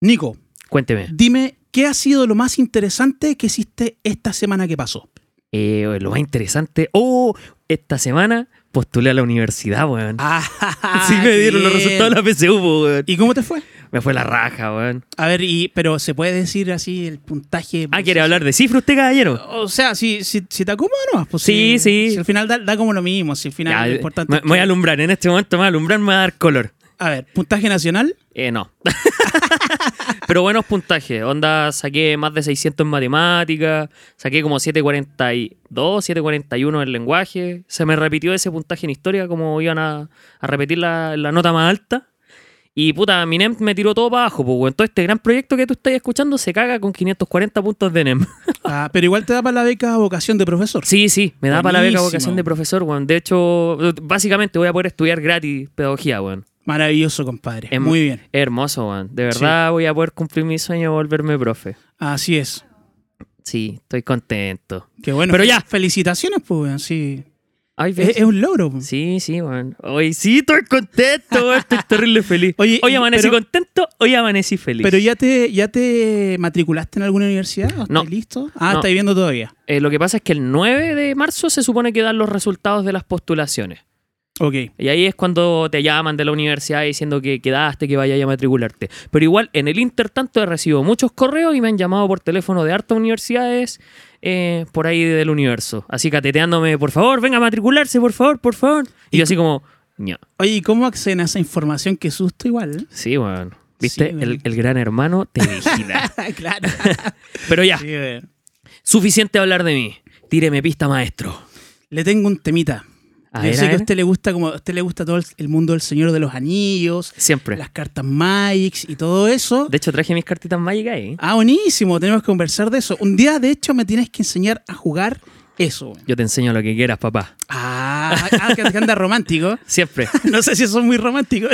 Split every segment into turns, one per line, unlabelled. Nico,
Cuénteme.
dime qué ha sido lo más interesante que hiciste esta semana que pasó.
Eh, lo más interesante. Oh, esta semana postulé a la universidad, weón. sí, me dieron los
Ah, bien.
resultados de la PSU, po, weón.
¿Y cómo te fue?
Me fue la raja, weón.
A ver, y, pero ¿se puede decir así el puntaje?
Ah, ¿quiere hablar de cifra usted, caballero?
O sea, si, si, si te acomoda nomás. Pues,
Sí,
si-
sí.
si al final da, da como lo mismo. Si al final
Ya,
lo
eh,
importante.
me,
es
me voy a
que-
alumbrar. En este momento me voy a alumbrar, me va a dar color.
a ver, puntaje nacional.
Eh, no. Pero buenos puntajes. Onda, saqué más de 600 en matemáticas, saqué como 742, 741 en lenguaje. Se me repitió ese puntaje en historia, como iban a, a repetir la, la nota más alta. Y puta, mi NEM me tiró todo para abajo, pues, weón. Todo este gran proyecto que tú estás escuchando se caga con 540 puntos de NEM.
Ah, pero igual te da para la beca vocación de profesor.
Sí, sí, me da para la beca
Buenísimo.
vocación de profesor, weón. De hecho, básicamente voy a poder estudiar gratis pedagogía, weón.
Maravilloso, compadre.
Em-
Muy bien.
Es hermoso, weón. De verdad voy a poder cumplir mi sueño de volverme profe.
Así es.
Sí, estoy contento.
Qué bueno.
Pero ya.
Felicitaciones, pues, weón, sí.
Ay,
Es,
ves.
es un logro. pues.
Sí, sí, weón. Hoy sí estoy contento, weón. Estoy terrible feliz.
Oye,
hoy
y-
amanecí
pero-
contento, hoy amanecí feliz.
Pero ya te, ya te matriculaste en alguna universidad. ¿O ¿Estás
No.
listo? Ah,
No.
estáis viendo todavía.
Eh, lo que pasa es que el 9 de marzo se supone que dan los resultados de las postulaciones.
Ok.
Y ahí es cuando te llaman de la universidad diciendo que quedaste, que vayas a matricularte. Pero igual, en el intertanto he recibido muchos correos y me han llamado por teléfono de hartas universidades eh, por ahí del universo. Así cateteándome, por favor, venga a matricularse, por favor, por favor. Y yo así como, ña.
Oye, ¿y cómo acceden a esa información? Qué susto igual.
Sí, weón. ¿Viste?
weón.
el, el gran hermano te vigila.
¿eh? claro.
Pero ya,
Sí, weón.
suficiente hablar de mí. Tíreme pista, maestro.
Le tengo un temita.
A
Yo
ver,
sé
a
que a
ver.
usted le gusta como a usted le gusta todo el, el mundo del Señor de los Anillos,
Siempre.
las cartas Magics y todo eso.
De hecho, traje mis cartitas mágicas ahí.
Ah, buenísimo, tenemos que conversar de eso. Un día, de hecho, me tienes que enseñar a jugar eso. weón.
Yo te enseño lo que quieras, papá.
Ah, ah, que que anda romántico.
Siempre.
No sé si eso es muy romántico.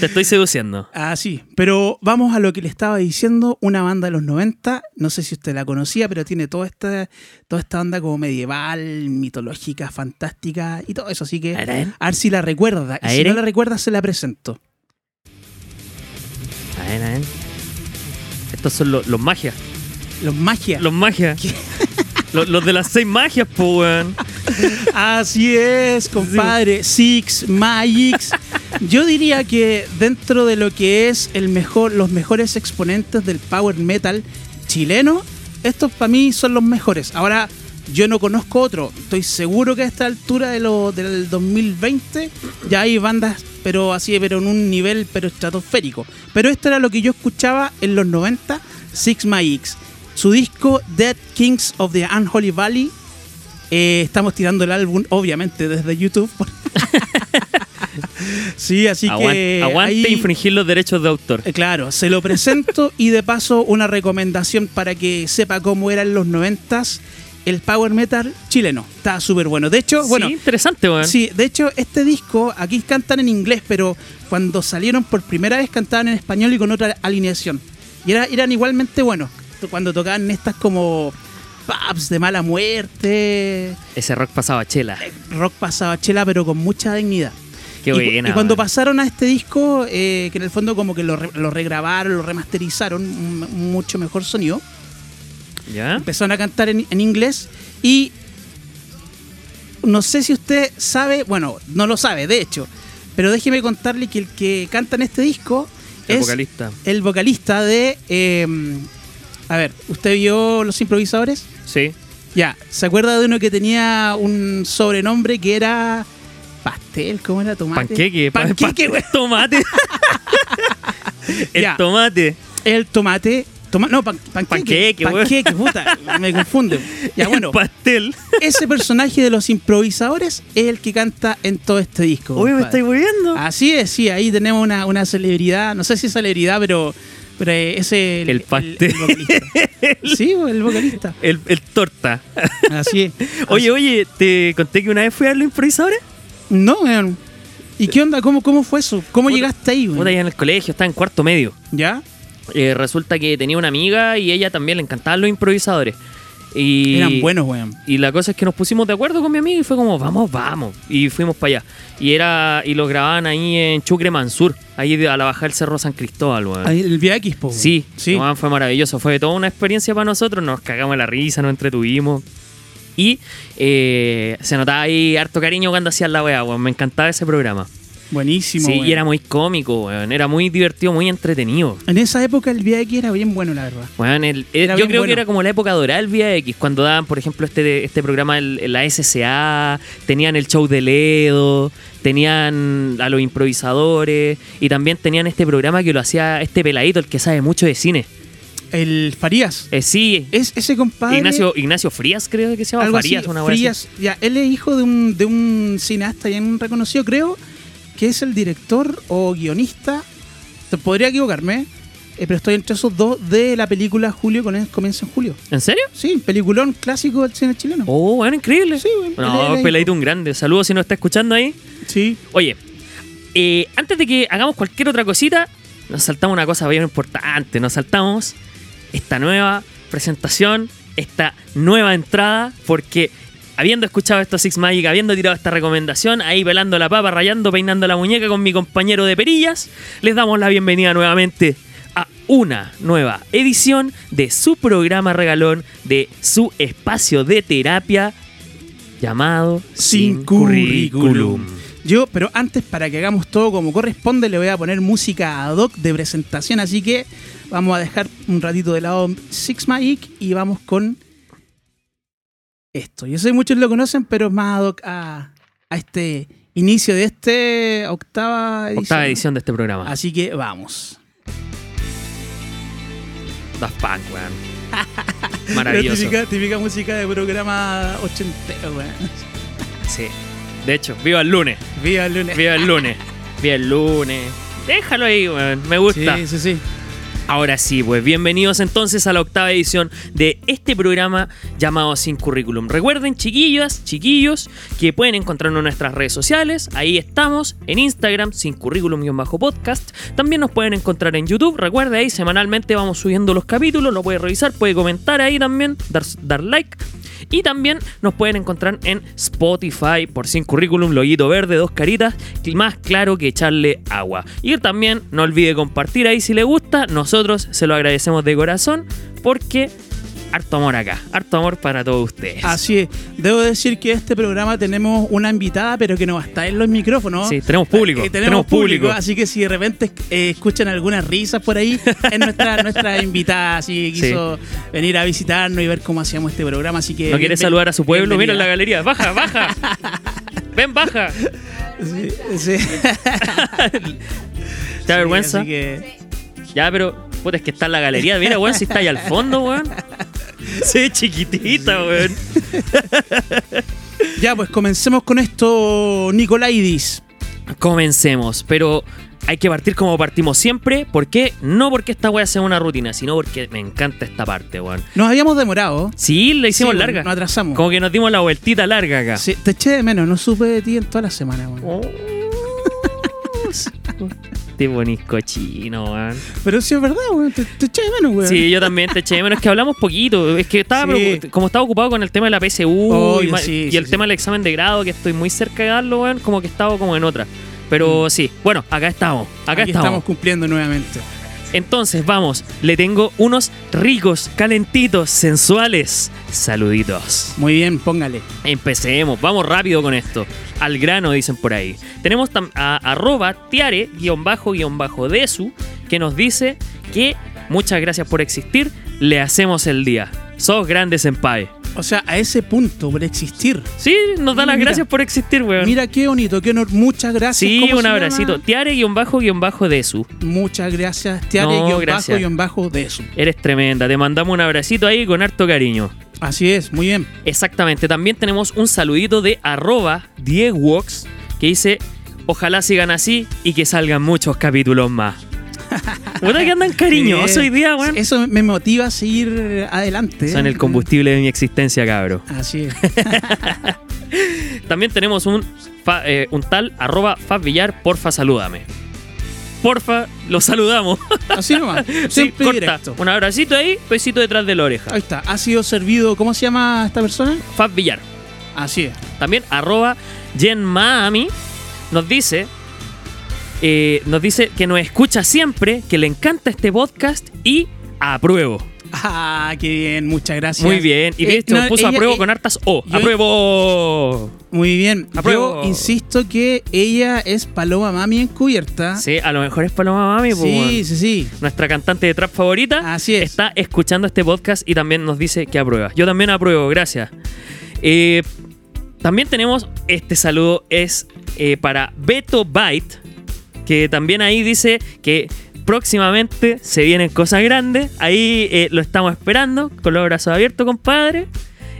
te estoy seduciendo.
Ah, sí. Pero vamos a lo que le estaba diciendo, una banda de los 90, no sé si usted la conocía, pero tiene toda esta, toda esta onda como medieval, mitológica, fantástica y todo eso. Así que
A ver.
a ver si la recuerda. Y
A
si
ver.
no la recuerda, se la presento.
A ver, a ver. Estos son los, los magias.
Los magias.
Los magias.
¿Qué?
los, los de las seis magias, po, weón.
Así es, compadre. Six Magics. Yo diría que dentro de lo que es el mejor, los mejores exponentes del power metal chileno, estos para mí son los mejores. Ahora, yo no conozco otro. Estoy seguro que a esta altura de lo, del 2020 ya hay bandas, pero así, pero en un nivel pero estratosférico. Pero esto era lo que yo escuchaba en los 90, Six Magics. Su disco Dead Kings of the Unholy Valley eh, estamos tirando el álbum, obviamente, desde YouTube. sí, así
Aguan-
que.
aguante
ahí-
infringir los derechos de autor.
eh, Claro, se lo presento y de paso una recomendación para que sepa cómo eran los noventas el power metal chileno. Está súper bueno. De hecho, bueno,
sí, interesante, weón.
Sí, de hecho, este disco, aquí cantan en inglés, pero cuando salieron por primera vez cantaban en español y con otra alineación. Y era- eran igualmente buenos. T- Cuando tocaban estas como pubs de mala muerte,
Ese rock pasaba chela.
eh, rock pasaba chela, pero con mucha dignidad.
Qué
y, cu-
buena.
y cuando
weón.
pasaron a este disco, eh, que en el fondo como que lo, re- lo regrabaron, lo remasterizaron, un- un mucho mejor sonido
¿Ya?
empezaron a cantar en, en inglés y no sé si usted sabe, bueno, no lo sabe de hecho, pero déjeme contarle que el que canta en este disco
El
es
vocalista.
el vocalista de... eh, a ver, ¿usted vio Los Improvisadores?
Sí.
Ya, ¿se acuerda de uno que tenía un sobrenombre que era... Pastel, ¿cómo era? Tomate.
Panqueque. pa-
Panqueque,
pa-
güey.
tomate. el
Ya.
tomate.
El tomate. Toma, no, pan- panqueque.
Panqueque, güey.
Panqueque, puta. Me confunde. Ya,
el
bueno.
pastel.
ese personaje de los improvisadores es el que canta en todo este disco.
Uy, me
compadre.
estáis moviendo.
Así es, sí, ahí tenemos una, una celebridad, no sé si es celebridad, pero, pero eh, ese es
El pastel.
vocalista. sí, el vocalista.
El, el torta.
Así es.
Oye, oye, te conté que una vez fui a ver los improvisadores.
No, weón. ¿Y qué onda? ¿Cómo, cómo fue eso? ¿Cómo
Puta-
llegaste ahí, weón?
Puta, ya en el colegio, estaba en cuarto medio.
¿Ya?
Eh, resulta que tenía una amiga y ella también le encantaban los improvisadores. Y,
Eran buenos, weón.
Y la cosa es que nos pusimos de acuerdo con mi amigo y fue como, vamos, vamos. Y fuimos para allá. Y era y lo grababan ahí en Chucre Mansur, ahí de- a la bajada del Cerro San Cristóbal, weón.
Ahí Ah, El Viaquis, po. weón.
Sí,
sí.
no, fue maravilloso, fue toda una experiencia para nosotros, nos cagamos la risa, nos entretuvimos. Y eh, se notaba ahí harto cariño cuando hacían la wea, weón. Me encantaba ese programa.
Buenísimo,
sí,
weón.
y era muy cómico, weón. Era muy divertido, muy entretenido.
En esa época el Viaquis era bien bueno, la verdad.
Weón, el- el-
Era
yo
bien
creo
bueno.
que era como la época dorada del Vía X, cuando daban, por ejemplo, este, este programa, el- el- la SCA, tenían el show de Ledo, tenían a los improvisadores, y también tenían este programa que lo hacía este peladito, el que sabe mucho de cine.
El Farías.
Eh, sí,
Es ese compadre.
Ignacio, Ignacio Frías, creo que se llama.
algo así,
Farías, una wea
Frías,
así.
ya, él es hijo de un, de un cineasta bien reconocido, creo, que es el director o guionista, te podría equivocarme, eh, pero estoy entre esos dos de la película Julio con comienza en julio.
¿En serio?
Sí, peliculón clásico del cine chileno.
Oh, bueno, increíble.
Sí, weón, él
No,
es-
peladito un grande. Saludos si nos está escuchando ahí.
Sí,
Oye, eh, antes de que hagamos cualquier otra cosita, nos saltamos una cosa bien importante. Nos saltamos esta nueva presentación, esta nueva entrada, porque habiendo escuchado esto Six Magic, habiendo tirado esta recomendación, ahí pelando la papa, rayando, peinando la muñeca con mi compañero de perillas, les damos la bienvenida nuevamente a una nueva edición de su programa regalón, de su espacio de terapia llamado
Sin Currículum. yo, pero antes, para que hagamos todo como corresponde, le voy a poner música ad hoc de presentación, así que vamos a dejar un ratito de lado Six Magic y vamos con esto. Yo sé que muchos lo conocen, pero es más ad hoc a, a este inicio de este octava edición.
Octava edición de este programa.
Así que vamos.
Daft Punk, weón.
La
Maravilloso.
Típica, típica música de programa ochentero, weón.
Sí. De hecho, viva el lunes.
Viva el lunes.
Viva el lunes. Viva el lunes. Déjalo ahí, weón. Me gusta.
Sí, sí, sí.
Ahora sí, pues bienvenidos entonces a la octava edición de este programa llamado Sin Currículum. Recuerden, chiquillas, chiquillos, que pueden encontrarnos en nuestras redes sociales. Ahí estamos, en Instagram, sin currículum-podcast. También nos pueden encontrar en YouTube. Recuerda ahí, semanalmente vamos subiendo los capítulos, lo puede revisar, puede comentar ahí también, dar, dar like. Y también nos pueden encontrar en Spotify por sin currículum, loguito verde, dos caritas, cl- más claro que echarle agua. Y también no olvide compartir ahí si le gusta, nosotros se lo agradecemos de corazón porque harto amor acá, harto amor para todos ustedes.
Así es. Debo decir que este programa tenemos una invitada, pero que no va a estar en los micrófonos.
Sí, tenemos público,
Eh,
tenemos público.
Así que si de repente eh, escuchan algunas risas por ahí, es nuestra, nuestra invitada. Así que
Sí.
quiso venir a visitarnos y ver cómo hacíamos este programa. Así que.
¿No quieres
bienven-
saludar a su pueblo? Mira en la
bienvenida.
galería, baja, baja. Ven, baja.
Sí, sí.
¿Te da vergüenza?
Así que-
Ya, pero puta, es que está en la galería. Mira, weón, si está ahí al fondo, weón. Sí, chiquitita, weón.
Ya, pues comencemos con esto, Nicolaidis.
Comencemos, pero hay que partir como partimos siempre. ¿Por qué? No porque esta weá sea una rutina, sino porque me encanta esta parte, weón.
Nos habíamos demorado.
Sí, la hicimos
Sí,
larga.
Nos atrasamos.
Como que nos dimos la vueltita larga acá.
Sí, te eché de menos, no supe de ti en toda la semana, weón.
Oh, sí. Te ponís cochino, weón.
Pero sí es verdad, weón. Te, te eché de menos, weón.
Sí, yo también te eché de menos que hablamos poquito. Es que estaba
Sí.
preocup- como estaba ocupado con el tema de la PSU
Obvio,
y, ma-
sí,
y
sí,
el
sí.
tema del examen de grado, que estoy muy cerca de darlo, weón, como que estaba como en otra. Pero sí, bueno, acá estamos. Acá
Mm. Aquí
estamos.
cumpliendo nuevamente.
Entonces, vamos, le tengo unos ricos, calentitos, sensuales saluditos.
Muy bien, póngale.
Empecemos, vamos rápido con esto. Al grano, dicen por ahí. Tenemos tam- a arroba tiare-desu que nos dice que muchas gracias por existir, le hacemos el día. Sos grandes en E.
O sea, a ese punto por existir.
Sí, nos da las
Mira.
gracias por existir, weón.
Mira qué bonito, qué honor. Muchas gracias.
sí,
¿Cómo
un
se llama?
abracito. Tiare-desu.
Muchas gracias, Tiare,
No,
guión
gracias.
bajo, guión bajo de eso.
Eres tremenda, te mandamos un abracito ahí con harto cariño.
Así es, muy bien.
Exactamente, también tenemos un saludito de arroba diegox que dice, ojalá sigan así y que salgan muchos capítulos más. ¿Verdad que andan cariñosos
Sí. este
hoy día, weón?
Eh, Eso me motiva a seguir adelante. eh.
Son el combustible de mi existencia, cabro.
Así es.
También tenemos un, fa- eh, un tal arroba Fab Villar, porfa salúdame. porfa, los saludamos.
Así nomás.
Sí,
Siempre
corta.
directo.
Un abracito ahí, besito detrás de la oreja.
Ahí está. Ha sido servido. ¿Cómo se llama esta persona?
Fab Villar.
Así es.
También arroba Jenmami nos dice. eh, nos dice que nos escucha siempre, que le encanta este podcast y apruebo.
Ah, qué bien. Muchas gracias.
Muy bien. Y
Eh,
de hecho
no,
puso
ella-
apruebo
eh,
con hartas O.
yo-
¡Apruebo!
Muy bien.
Apruebo.
Yo insisto que ella es Paloma Mami encubierta.
Sí, a lo mejor es Paloma Mami, po,
Ah. sí,
weón.
sí, sí.
nuestra cantante de trap favorita.
Así es.
Está escuchando este podcast y también nos dice que aprueba. Yo también apruebo, gracias. Eh, también tenemos este saludo, es eh, para Beto Byte, que también ahí dice que próximamente se vienen cosas grandes. Ahí eh, lo estamos esperando, con los brazos abiertos, compadre.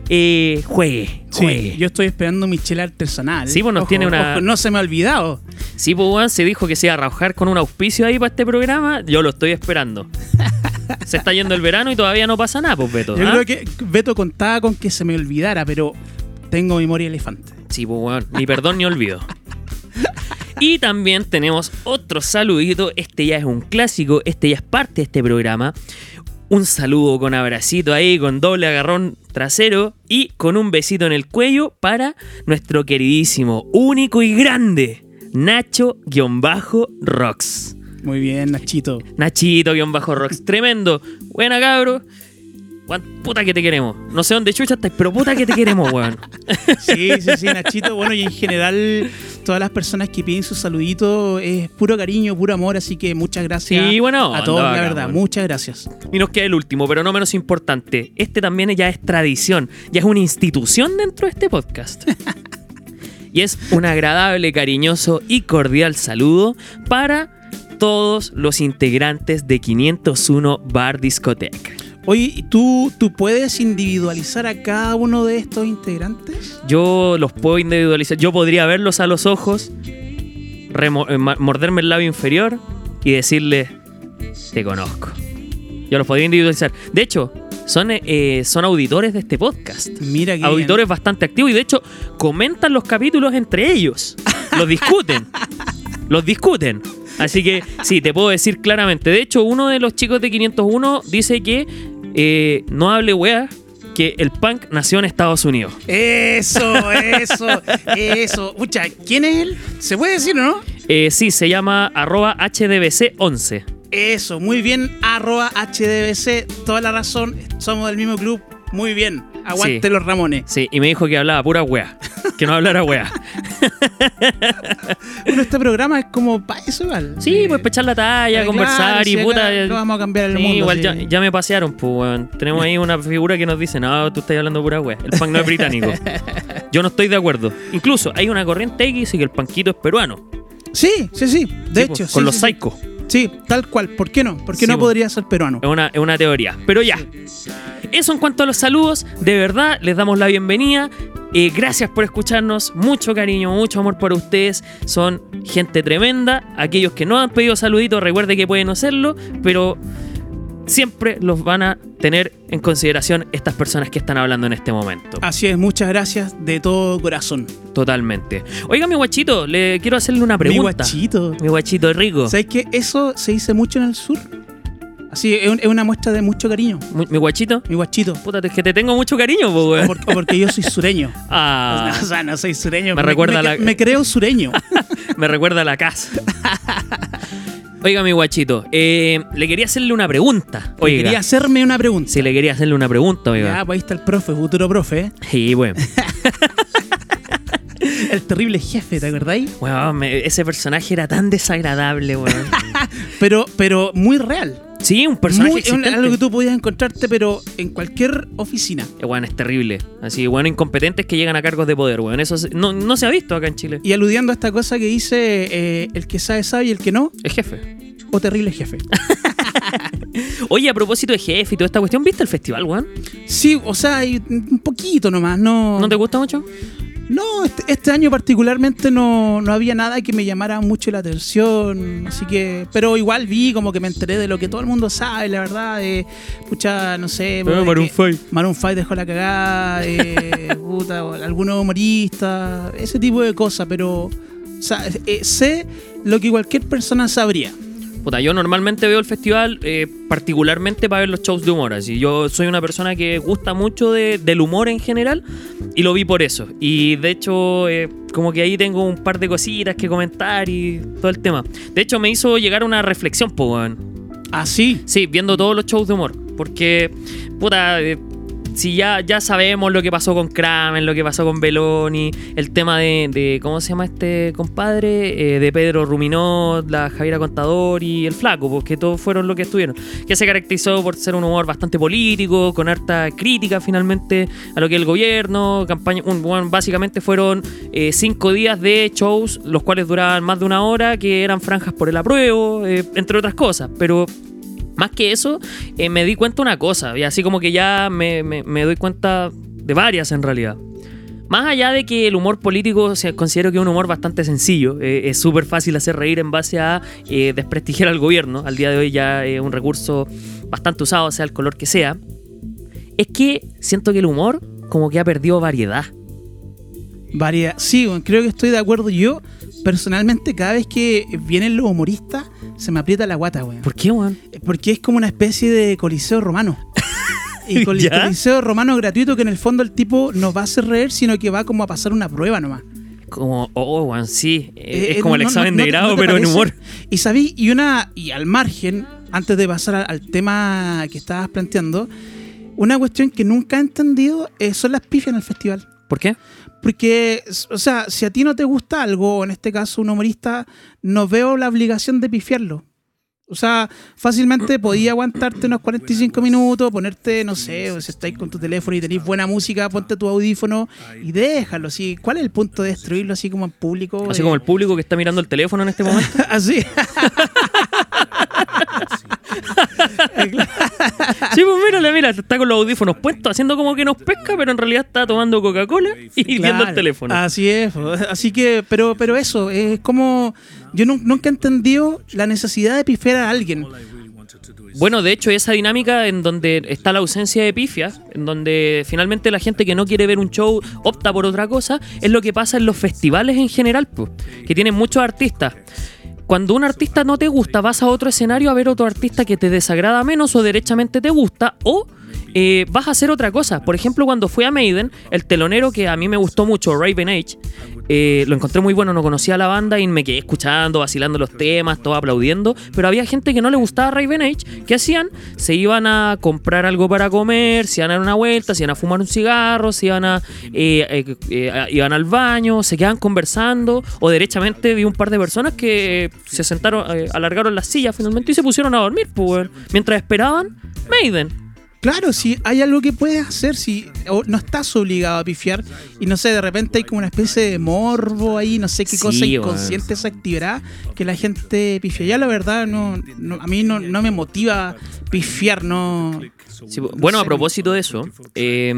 Eh, juegue,
Sí,
juegue.
yo estoy esperando mi chela artesanal.
Sí, pues nos tiene una-
no se me ha olvidado.
Sí, pues, weón, se dijo que se iba a rajar con un auspicio ahí para este programa. Yo lo estoy esperando. se está yendo el verano y todavía no pasa nada, pues, Beto.
Yo
¿ah?
creo que Beto contaba con que se me olvidara, pero tengo memoria elefante.
Sí, pues, weón, ni perdón ni olvido. Y también tenemos otro saludito. Este ya es un clásico, este ya es parte de este programa. Un saludo con abracito ahí, con doble agarrón trasero y con un besito en el cuello para nuestro queridísimo, único y grande, Nacho-Rox.
Muy bien, Nachito.
Nachito, guión bajo rocks. Tremendo. Buena, cabro. Guan- Puta que te queremos. No sé dónde chucha estáis, pero puta que te queremos, weón.
Sí, sí, sí, Nachito. Bueno, y en general, todas las personas que piden su saludito es puro cariño, puro amor, así que muchas gracias
Sí, buena onda,
a todos, la
bacán,
verdad.
bueno.
Muchas gracias.
Y nos queda el último, pero no menos importante. Este también ya es tradición, ya es una institución dentro de este podcast. Y es un agradable, cariñoso y cordial saludo para todos los integrantes de 501 Bar Discoteca.
Oye, ¿tú, ¿tú puedes individualizar a cada uno de estos integrantes?
Yo los puedo individualizar. Yo podría verlos a los ojos, remo- eh, ma- morderme el labio inferior y decirle, te conozco. Yo los podría individualizar. De hecho, son, eh, eh, son auditores de este podcast.
Mira que.
Auditores bastante activos y de hecho comentan los capítulos entre ellos. Los discuten. los discuten. Así que sí, te puedo decir claramente. De hecho, uno de los chicos de 501 dice que eh, no hable wea, que el punk nació en Estados Unidos.
Eso, eso, eso. Pucha, ¿quién es él? ¿Se puede decir o no?
Eh, sí, se llama arroba HDBC11.
Eso, muy bien, arroba HDBC, toda la razón, somos del mismo club, muy bien, aguante
Sí.
los Ramones.
Sí, y me dijo que hablaba pura wea. Que no hablara wea.
Bueno, este programa es como para eso igual.
Sí,
Eh,
pues pechar la talla,
claro,
conversar
si
y
acá
puta.
No vamos a cambiar el
Sí,
mundo.
igual
sí.
ya, ya me pasearon, pues, weón. Tenemos ahí una figura que nos dice, no, tú estás hablando pura wea. El punk no es británico. Yo no estoy de acuerdo. Incluso hay una corriente X y que el panquito es peruano.
Sí, sí, sí, de
Sí, pues,
hecho.
Con
sí,
los
sí,
psychos.
Sí, tal cual, ¿por qué no? ¿Por qué
Sí, pues. Eh,
no
po.
podría ser peruano?
Es una, es una teoría. Pero ya. Eso en cuanto a los saludos. De verdad, les damos la bienvenida. Eh, gracias por escucharnos. Mucho cariño, mucho amor por ustedes. Son gente tremenda. Aquellos que no han pedido saluditos, recuerde que pueden hacerlo. Pero siempre los van a tener en consideración estas personas que están hablando en este momento.
Así es, muchas gracias de todo corazón.
Totalmente. Oiga, mi guachito, le quiero hacerle una
Mi
pregunta.
guachito.
Mi guachito rico.
¿Sabes que eso se dice mucho en el sur? Así, es, un- es una muestra de mucho cariño,
Mi mi guachito.
mi guachito.
Puta, es que te tengo mucho cariño, po,
O
weón.
por- o porque yo soy sureño.
Ah.
O sea, no soy sureño.
Me recuerda la-
me creo sureño.
Me recuerda a la casa. Oiga, mi guachito, eh, le quería hacerle una pregunta. Oiga,
Quería hacerme una pregunta.
sí, le quería hacerle una
Ya,
pregunta, oiga.
pues ahí está el profe, futuro profe. ¿eh?
Sí, bueno.
El terrible jefe, ¿te acordáis?
Weón, me- ese personaje era tan desagradable, weón.
Pero, pero muy real.
Sí, un personaje
Muy- es un-
existente.
algo que tú podías encontrarte, pero en cualquier oficina.
Eh, weón, es terrible. Así, weón, incompetentes que llegan a cargos de poder, weón. Eso se- no, no se ha visto acá en Chile.
Y aludiendo a esta cosa que dice eh, el que sabe sabe y el que no,
Es jefe.
o terrible jefe.
Oye, a propósito de jefe y toda esta cuestión, ¿viste el festival, weón?
Sí, o sea, y un poquito nomás, no.
¿No te gusta mucho?
No, este, este año particularmente no, no había nada que me llamara mucho la atención, así que... Pero igual vi, como que me enteré de lo que todo el mundo sabe, la verdad, eh, pucha, no sé...
Ah,
de
Maroon
que
5.
Maroon 5 dejó la cagada, eh, puta, o algunos humoristas, ese tipo de cosas, pero... o sea, eh, sé lo que cualquier persona sabría.
Puta, yo normalmente veo el festival eh, particularmente para ver los shows de humor. Así yo soy una persona que gusta mucho de- del humor en general y lo vi por eso. Y de hecho, eh, como que ahí tengo un par de cositas que comentar y todo el tema. De hecho, me hizo llegar una reflexión, po, weón.
Así.
Ah, Sí, viendo todos los shows de humor. Porque, puta, eh, si ya, ya sabemos lo que pasó con Kramen, lo que pasó con Beloni, el tema de, de- ¿cómo se llama este compadre? Eh, de Pedro Ruminot, la Javiera Contador y el Flaco, porque todos fueron lo que estuvieron. Que se caracterizó por ser un humor bastante político, con harta crítica finalmente a lo que el gobierno, campaña. un- bueno, básicamente fueron eh, cinco días de shows, los cuales duraban más de una hora, que eran franjas por el apruebo, eh, entre otras cosas. Pero más que eso, eh, me di cuenta una cosa, y así como que ya me, me- me doy cuenta de varias en realidad. Más allá de que el humor político o sea, considero que es un humor bastante sencillo, eh, es súper fácil hacer reír en base a eh, desprestigiar al gobierno, al día de hoy ya es un recurso bastante usado, sea el color que sea, es que siento que el humor como que ha perdido variedad.
Variedad. Sí, bueno, creo que estoy de acuerdo. Yo, personalmente, cada vez que vienen los humoristas, se me aprieta la guata, weón.
¿Por qué, weón?
Porque es como una especie de coliseo romano. Y coli-
¿Ya?
coliseo romano gratuito que en el fondo el tipo no va a hacer reír, sino que va como a pasar una prueba nomás.
Como, oh, weón, sí, eh,
Eh,
es como el
no- no-
examen
no
de
te-
grado,
no te
pero en
parece.
humor.
Y sabí, y una, y al margen, antes de pasar al, al tema que estabas planteando, una cuestión que nunca he entendido eh, son las pifias en el festival.
¿Por qué?
Porque, s- o sea, si a ti no te gusta algo, o en este caso un humorista, no veo la obligación de pifiarlo. O sea, fácilmente podía aguantarte unos 45 minutos, ponerte, no sé, o si estáis con tu teléfono y tenéis buena música, ponte tu audífono y déjalo. Así, ¿Cuál es el punto de destruirlo así como en público?
Así
Eh,
como el público que está mirando el teléfono en este momento.
Así.
Sí, pues mírale, mira, está con los audífonos puestos, haciendo como que nos pesca, pero en realidad está tomando Coca-Cola y viendo el
Claro,
teléfono.
Así es. po. Así que, pero, pero eso, es como. Yo nun- nunca he entendido la necesidad de pifiar a alguien.
Bueno, de hecho, esa dinámica en donde está la ausencia de pifias, en donde finalmente la gente que no quiere ver un show opta por otra cosa, es lo que pasa en los festivales en general, pues, que tienen muchos artistas. Cuando un artista no te gusta, vas a otro escenario a ver otro artista que te desagrada menos o derechamente te gusta, o eh, vas a hacer otra cosa. Por ejemplo, cuando fui a Maiden, el telonero que a mí me gustó mucho, Raven Age, eh, lo encontré muy bueno, no conocía a la banda y me quedé escuchando, vacilando los temas, todo aplaudiendo, pero había gente que no le gustaba Raven Age. ¿Qué hacían? Se iban a comprar algo para comer, se iban a dar una vuelta, se iban a fumar un cigarro, se iban a eh, eh, eh, a- iban al baño, se quedaban conversando, o derechamente vi un par de personas que eh, se sentaron, eh, alargaron las sillas finalmente y se pusieron a dormir, pues, weón, mientras esperaban Maiden.
Claro, si hay algo que puedes hacer, si o no estás obligado a pifiar y no sé, de repente hay como una especie de morbo ahí, no sé qué
Sí,
cosa
weón.
inconsciente esa actividad que la gente pifia. Ya la verdad, no, no- a mí no, no me motiva pifiar, no.
Sí, bu- bueno, a propósito de eso, eh,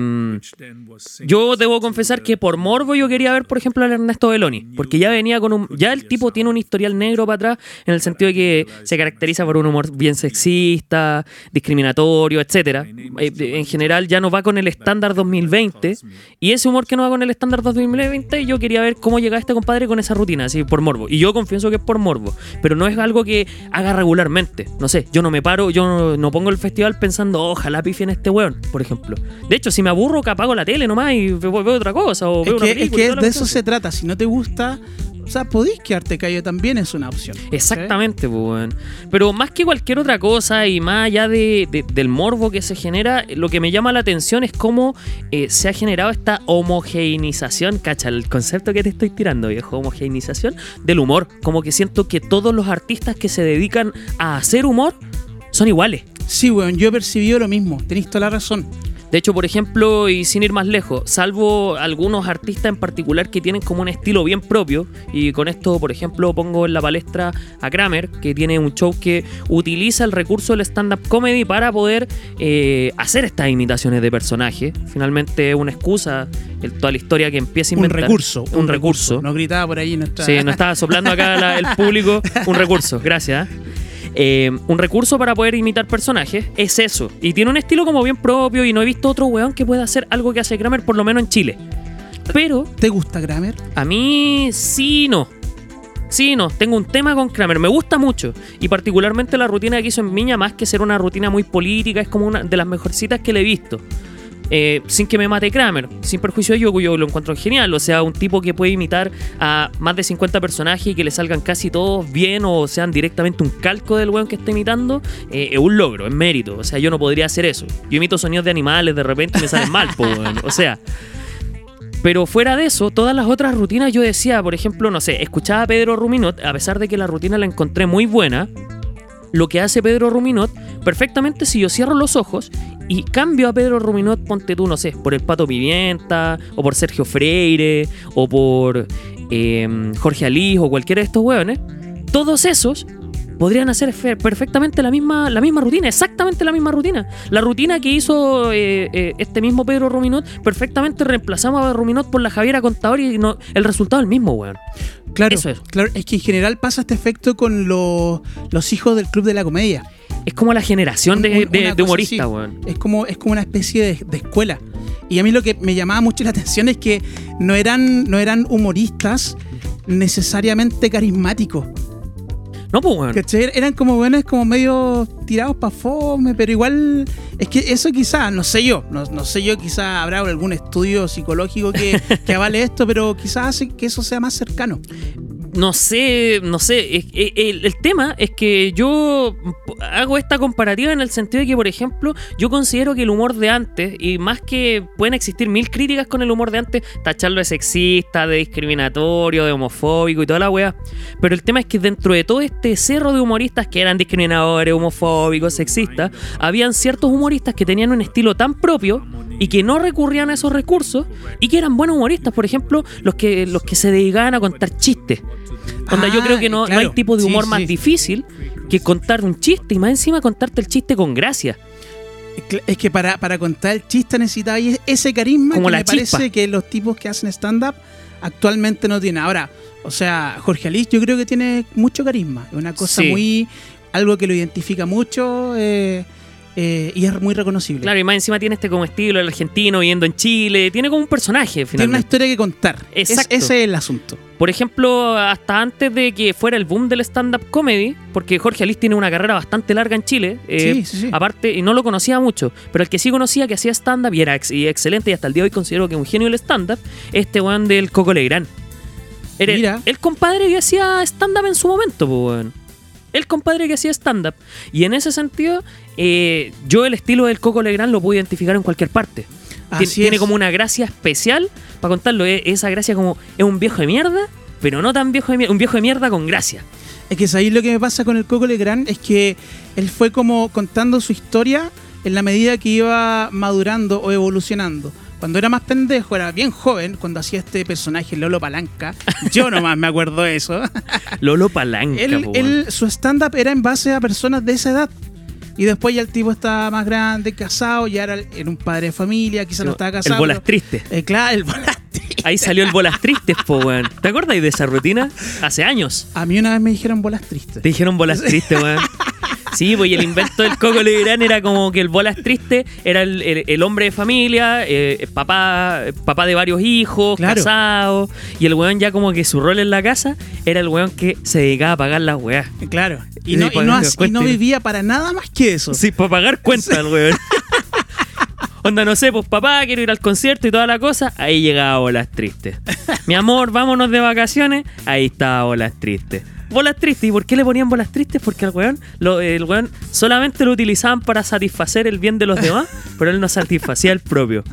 yo debo confesar que por morbo yo quería ver, por ejemplo, al Ernesto Beloni, porque ya venía con un. Ya el tipo tiene un historial negro para atrás, en el sentido de que se caracteriza por un humor bien sexista, discriminatorio, etcétera. Eh, de- En general, ya no va con el estándar 2020, y ese humor que no va con el estándar 2020, yo quería ver cómo llega este compadre con esa rutina, así por morbo. Y yo confieso que es por morbo, pero no es algo que haga regularmente. No sé, yo no me paro, yo no, no pongo el festival pensando, ojalá pifien este weón, por ejemplo. De hecho, si me aburro, que apago la tele nomás y veo, veo otra cosa. O
Es
veo una
que, es
película y
que
toda la
de eso
cuestión.
se trata, si no te gusta, o sea, podéis quedarte callado también, es una opción. ¿sí?
Exactamente, pues, weón. Pero más que cualquier otra cosa y más allá de- de- del morbo que se genera, lo que me llama la atención es cómo eh, se ha generado esta homogeneización, cacha, el concepto que te estoy tirando, viejo, homogeneización del humor. Como que siento que todos los artistas que se dedican a hacer humor son iguales.
Sí, weón, yo he percibido lo mismo, tenéis toda la razón.
De hecho, por ejemplo, y sin ir más lejos, salvo algunos artistas en particular que tienen como un estilo bien propio, y con esto, por ejemplo, pongo en la palestra a Kramer, que tiene un show que utiliza el recurso del stand-up comedy para poder eh, hacer estas imitaciones de personajes. Finalmente es una excusa, el- toda la historia que empieza a
Un
inventar.
recurso,
Un, recurso.
Nos gritaba por ahí nuestra.
Sí, nos estaba soplando acá la- el público. Un recurso, gracias. Eh, un recurso para poder imitar personajes es eso. Y tiene un estilo como bien propio y no he visto otro weón que pueda hacer algo que hace Kramer, por lo menos en Chile. Pero
¿Te gusta Kramer?
a mí sí no. Sí, no, tengo un tema con Kramer, me gusta mucho. Y particularmente la rutina que hizo en Miña, más que ser una rutina muy política, es como una de las mejorcitas que le he visto. Eh, sin que me mate Kramer, sin perjuicio de Yoko, yo lo encuentro genial. O sea, un tipo que puede imitar a más de 50 personajes y que le salgan casi todos bien o sean directamente un calco del weón que está imitando, eh, es un logro, es mérito. O sea, yo no podría hacer eso. Yo imito sonidos de animales de repente y me salen mal, po, weón. O sea. Pero fuera de eso, todas las otras rutinas yo decía, por ejemplo, no sé, escuchaba a Pedro Ruminot, a pesar de que la rutina la encontré muy buena, lo que hace Pedro Ruminot, perfectamente si yo cierro los ojos y cambio a Pedro Ruminot, ponte tú, no sé, por el Pato Pimienta, o por Sergio Freire, o por eh, Jorge Alí, o cualquiera de estos hueones, todos esos podrían hacer fe- perfectamente la misma, la misma rutina, exactamente la misma rutina. La rutina que hizo eh, eh, este mismo Pedro Ruminot, perfectamente reemplazamos a Ruminot por la Javiera Contador y no, el resultado es el mismo, weón.
Claro,
Eso es.
claro, es que en general pasa este efecto con los- los hijos del Club de la Comedia.
Es como la generación
Un-
de,
un-
de-
una
de
cosa
humorista,
así.
weón.
Es como, es como una especie de, de escuela. Y a mí lo que me llamaba mucho la atención es que no eran, no eran humoristas necesariamente carismáticos.
No, pues, weón.
¿cachai? Eran como buenos, como medio tirados para fome, pero igual es que eso quizá, no sé yo, no, no sé yo, quizá habrá algún estudio psicológico que, que avale esto, pero quizás hace que eso sea más cercano.
No sé, no sé. Es- es- el, el tema es que yo p- hago esta comparativa en el sentido de que, por ejemplo, yo considero que el humor de antes, y más que pueden existir mil críticas con el humor de antes, tacharlo de sexista, de discriminatorio, de homofóbico y toda la weá. Pero el tema es que dentro de todo este cerro de humoristas que eran discriminadores, homofóbicos, sexistas, habían ciertos humoristas que tenían un estilo tan propio y que no recurrían a esos recursos y que eran buenos humoristas, por ejemplo, los que, los que se dedicaban a contar chistes. Onda, yo
Ah,
creo que no, no
claro.
hay tipo de
Sí,
humor
sí.
más difícil que contar un chiste y más encima contarte el chiste con gracia.
Cla- Es que para, para contar el chiste necesitaba y- ese carisma
Como
que
la
me
chispa.
parece que los tipos que hacen stand-up actualmente no tienen. Ahora, o sea, Jorge Alice yo creo que tiene mucho carisma. Es una cosa
Sí.
muy. algo que lo identifica mucho eh, eh, y es muy reconocible.
Claro, y más encima tiene este como estilo el argentino viviendo en Chile, tiene como un personaje
tiene una
finalmente.
historia que contar. Es-
Exacto.
ese es el asunto.
Por ejemplo, hasta antes de que fuera el boom del stand-up comedy, porque Jorge Alice tiene una carrera bastante larga en Chile, eh,
sí, sí, sí.
Aparte, y no lo conocía mucho, pero el que sí conocía que hacía stand-up y era ex- y excelente, y hasta el día de hoy considero que es un genio del stand-up, este weón del Coco Legrand. Era el-
Mira.
el compadre que hacía stand-up en su momento, po, weón. El compadre que hacía stand-up. Y en ese sentido, eh, yo el estilo del Coco Legrand lo puedo identificar en cualquier parte. Tien-
Así
tiene
es.
como una gracia especial para contarlo. e- Esa gracia como es un viejo de mierda, pero no tan viejo de mierda. Un viejo de mierda con gracia.
Es que ahí lo que me pasa con el Coco Legrand es que él fue como contando su historia en la medida que iba madurando o evolucionando. Cuando era más pendejo, era bien joven, cuando hacía este personaje Lolo Palanca. Yo nomás me acuerdo de eso.
Lolo Palanca,
Él,
po, weón.
él- su stand-up era en base a personas de esa edad. Y después ya el tipo estaba más grande, casado, ya era, era un padre de familia, quizás no estaba casado.
el bolas
pero-
tristes.
Eh, claro, el bolas tri-
Ahí salió el bolas tristes, po, weón. ¿Te acuerdas de esa rutina? Hace años.
A mí una vez me dijeron bolas tristes.
Te dijeron bolas tristes, weón. Sí, pues y el invento del Coco Legrand era como que el bolas triste era el, el- el hombre de familia, eh, papá, papá de varios hijos,
Claro.
casado. Y el weón ya como que su rol en la casa era el weón que se dedicaba a pagar las weas.
Eh, Claro.
Sí,
Y no, y
pagando
no-
las
y no
cuentas.
vivía para nada más que eso.
Sí, para pagar cuentas el weón. Onda, no sé, pues papá, quiero ir al concierto y toda la cosa. Ahí llegaba Bolas Tristes. Mi amor, vámonos de vacaciones. Ahí estaba Bolas Tristes. Bolas Tristes. ¿Y por qué le ponían Bolas Tristes? Porque el weón, lo- el weón solamente lo utilizaban para satisfacer el bien de los demás, pero él no satisfacía el propio.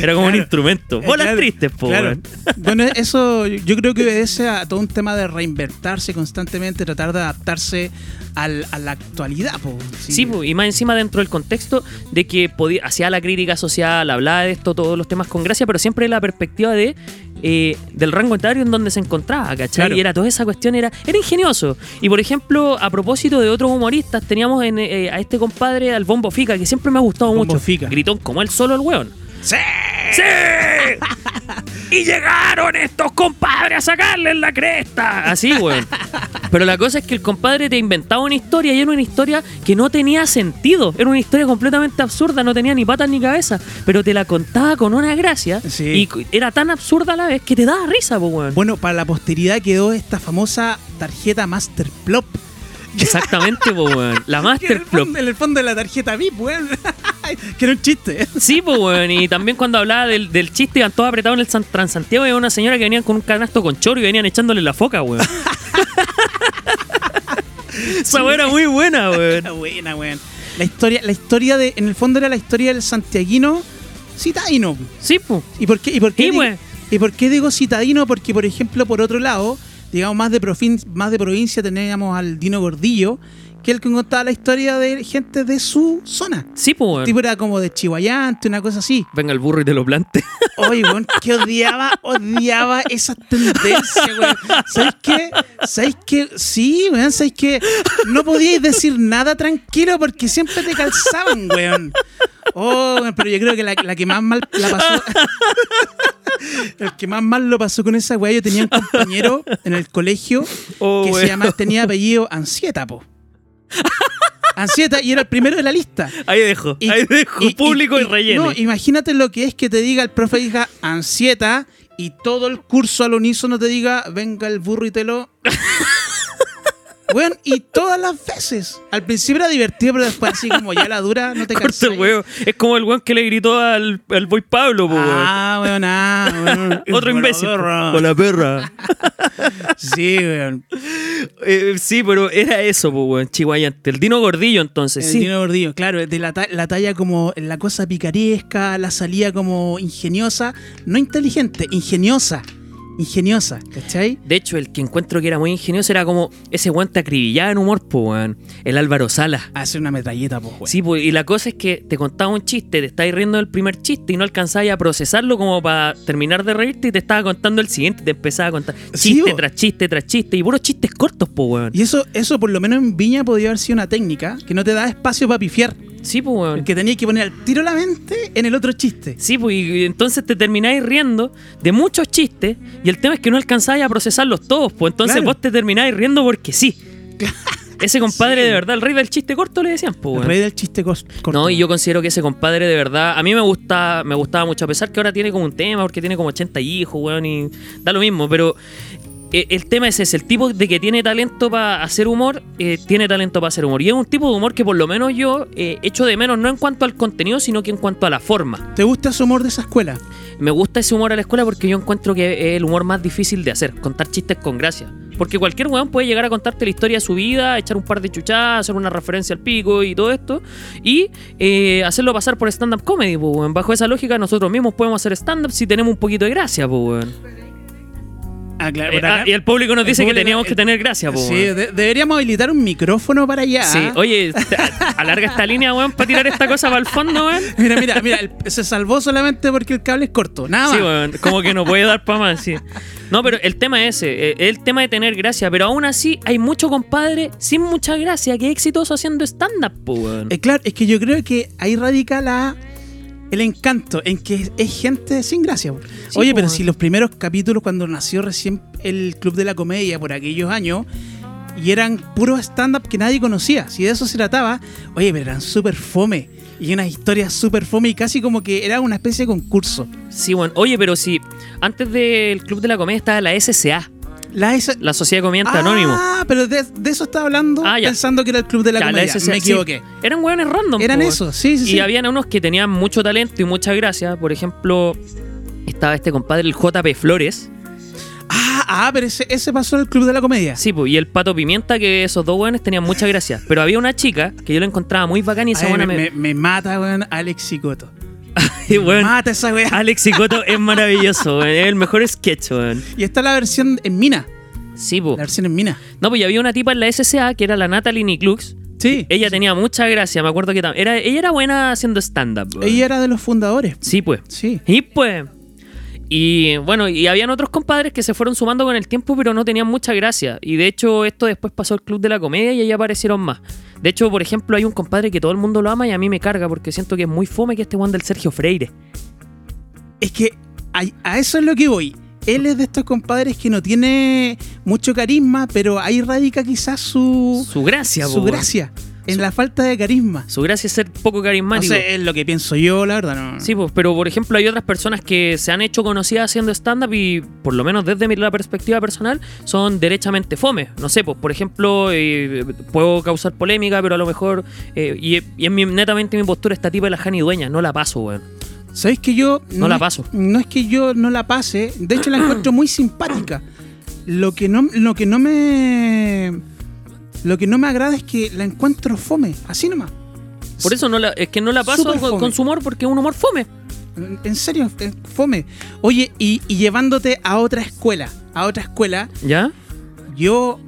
Era como un
Claro.
instrumento.
Eh,
Bolas
claro,
Tristes, po,
claro.
weón.
Bueno, eso yo creo que obedece a todo un tema de reinventarse constantemente, tratar de adaptarse al- a la actualidad. po. Sí,
Sí, po, y más encima dentro del contexto de que podía- hacía la crítica social, hablaba de esto, todos los temas con gracia, pero siempre la perspectiva de eh, del rango etario en donde se encontraba, ¿cachai?
Claro.
Y era toda esa cuestión, era, era ingenioso. Y por ejemplo, a propósito de otros humoristas, teníamos en, eh, a este compadre, al Bombo Fica, que siempre me ha gustado
Bombo
mucho.
Fica.
Gritón como él solo el weón.
¡Sí!
¡Sí! Y llegaron estos compadres a sacarles la cresta. Así, weón. Pero la cosa es que el compadre te inventaba una historia y era una historia que no tenía sentido. Era una historia completamente absurda, no tenía ni patas ni cabeza. Pero te la contaba con una gracia.
Sí.
Y cu- era tan absurda a la vez que te daba risa, po, weón.
Bueno, para la posteridad quedó esta famosa tarjeta Masterplop.
Exactamente, po, weón.
Que en
La
el,
Masterplop.
fondo, en el fondo de la tarjeta VIP, weón. que era un chiste.
Sí, pues, weón. Y también cuando hablaba del, del chiste, iban todos apretados en el San- Transantiago y había una señora que venían con un canasto con choro y venían echándole la foca, weón. Esa weón era muy buena, weón.
Era buena, weón. La historia, la historia de. En el fondo era la historia del santiaguino citadino.
Sí, pues.
¿Y por qué, y por qué,
Sí,
di-
weón.
¿y por qué digo citadino? Porque, por ejemplo, por otro lado, digamos, más de, profin- más de provincia teníamos al Dino Gordillo, que es el que contaba la historia de gente de su zona.
Sí, pues, weón.
Tipo era como de Chihuayante, una cosa así.
Venga el burro y te lo plante.
Oye, weón, que odiaba, odiaba esa tendencia, weón. ¿Sabéis qué? ¿Sabéis qué? Sí, weón, ¿sabéis qué? No podíais decir nada tranquilo porque siempre te calzaban, weón. Oh, weón, pero yo creo que la, la que más mal la pasó. El que más mal lo pasó con esa weá, yo tenía un compañero en el colegio
Oh,
que se
weón.
llama, tenía apellido Ansieta, po. Ansieta, y era el primero de la lista.
Ahí dejo.
Y-
ahí dejo.
y-
público y, relleno.
No, imagínate lo que es que te diga el profe, diga ansieta, y todo el curso al unísono te diga, venga el burro y te lo. Bueno, y todas las veces. Al principio era divertido, pero después así como ya la dura, no te
Corta
cansas.
el weón. Es como el weón que le gritó al, al boy Pablo, po, weón.
Ah, weón, ah, weón.
Otro
Hola,
imbécil.
perra.
la perra.
Sí, weón.
Eh, sí, pero era eso, po, weón. Chihuayante. El Dino Gordillo, entonces.
El
sí.
Dino Gordillo, claro, de la, ta- la talla como la cosa picaresca, la salida como ingeniosa, no inteligente, ingeniosa, ingeniosa, ¿cachai?
De hecho, el que encuentro que era muy ingenioso era como ese weón te acribillaba en humor, po, weón. El Álvaro Sala.
Hacer una metralleta, pues, weón.
Sí, po, y la cosa es que te contaba un chiste, te estabas riendo del primer chiste y no alcanzabas a procesarlo como para terminar de reírte y te estaba contando el siguiente, te empezaba a contar
Sí,
chiste
po.
tras chiste tras chiste y puros chistes cortos, po, weón.
Y eso, eso por lo menos en Viña podía haber sido una técnica que no te da espacio para pifiar.
Sí, po, weón.
Porque tenías que poner al tiro la mente en el otro chiste.
Sí, pues y entonces te termináis riendo de muchos chistes y el tema es que no alcanzáis a procesarlos todos, pues entonces
Claro.
vos te termináis riendo porque sí. Ese compadre
Sí.
de verdad, el rey del chiste corto le decían, pues.
El
weón.
rey del chiste cos- corto.
No, y yo considero que ese compadre de verdad, a mí me gusta, me gustaba mucho, a pesar que ahora tiene como un tema, porque tiene como 80 hijos, weón, y da lo mismo, pero eh, el tema es ese, el tipo de que tiene talento para hacer humor, eh, tiene talento para hacer humor. Y es un tipo de humor que por lo menos yo eh, echo de menos, no en cuanto al contenido, sino que en cuanto a la forma.
¿Te gusta su humor de esa escuela?
Me gusta ese humor a la escuela porque yo encuentro que es el humor más difícil de hacer, contar chistes con gracia. Porque cualquier weón puede llegar a contarte la historia de su vida, echar un par de chuchadas, hacer una referencia al pico y todo esto, y eh, hacerlo pasar por stand-up comedy, po, weón. Bajo esa lógica, nosotros mismos podemos hacer stand-up si tenemos un poquito de gracia, po, weón.
Ah, claro.
Eh, ah, y el público
Eh,
nos
el
dice
público-
que teníamos
el-
que tener gracia, po,
Sí,
pues, weón.
de- deberíamos habilitar un micrófono para allá. ¿ah?
Sí, oye, a- alarga esta línea, weón, para tirar esta cosa para el fondo, weón.
Mira, mira, mira, el- se salvó solamente porque el cable es corto. Nada
Sí,
más.
weón, como que no puede dar para más, sí. No, pero el tema es ese, eh, el tema de tener gracia, pero aún así hay mucho compadre sin mucha gracia que es exitoso haciendo stand-up, po, weón.
Eh, claro, es que yo creo que ahí radica la el encanto en que es, es gente sin gracia. po.
Sí,
Oye,
po,
pero
weón.
si los primeros capítulos cuando nació recién el Club de la Comedia por aquellos años y eran puros stand-up que nadie conocía, si de eso se trataba, oye, pero eran súper fome y unas historias súper fome y casi como que era una especie de concurso.
Sí, weón. Oye, pero si antes del Club de la Comedia estaba la SCA,
La esa-
la Sociedad de Comediantes
ah,
Anónimos.
pero de, de eso estaba hablando
Ah, ya.
pensando que era el Club de la
Ya, la
Comedia.
SCA,
Me
sí.
equivoqué.
Eran weones random.
Eran
po, weón.
esos, sí, sí,
Y
sí.
habían unos que tenían mucho talento y mucha gracia. Por ejemplo, estaba este compadre, el JP Flores.
Ah, ah, pero ese, ese pasó al Club de la Comedia.
Sí, po, y el Pato Pimienta, que esos dos weones tenían mucha gracia. Pero había una chica que yo la encontraba muy bacana y esa
Ay,
buena
me, me- me mata, weón, Alex Cicoto.
Y bueno,
Mata esa weá.
Alex y Coto es maravilloso, weón. Es el mejor sketch, weón.
Y está la versión en mina.
Sí, po.
La versión en mina.
No, pues ya había una tipa en la SCA que era la Natalie Niclux.
Sí. Ella,
Ella tenía mucha gracia, me acuerdo que tam- era Ella era buena haciendo stand-up, weón.
era de los fundadores.
Sí, pues.
Sí.
Y pues. Y bueno, y habían otros compadres que se fueron sumando con el tiempo, pero no tenían mucha gracia. Y de hecho, esto después pasó al Club de la Comedia y ahí aparecieron más. De hecho, por ejemplo, hay un compadre que todo el mundo lo ama y a mí me carga porque siento que es muy fome que este one del Sergio Freire.
Es que a, a eso es lo que voy. Él es de estos compadres que no tiene mucho carisma, pero ahí radica quizás su,
Su gracia, po,
su
weón.
gracia, en
Su-
la falta de carisma.
Su gracia es ser poco
No
carismático.
sé, es lo que pienso yo, la verdad. No.
Sí, pues, pero por ejemplo hay otras personas que se han hecho conocidas haciendo stand-up y por lo menos desde mi- la perspectiva personal son derechamente fome. No sé, pues por ejemplo eh, puedo causar polémica, pero a lo mejor... eh, y y es mi- netamente mi postura esta tipa de la Jani Dueña, no la paso, weón.
¿Sabéis que yo.
No la
es-
paso.
No es que yo no la pase, de hecho la encuentro muy simpática. Lo que no, lo que no me. Lo que no me agrada es que la encuentro fome, así nomás.
Por eso no la, es que no la paso
Súper
con,
fome.
con su humor porque es un humor fome.
En serio, eh, fome. Oye, y, y llevándote a otra escuela, a otra escuela,
¿Ya?
yo.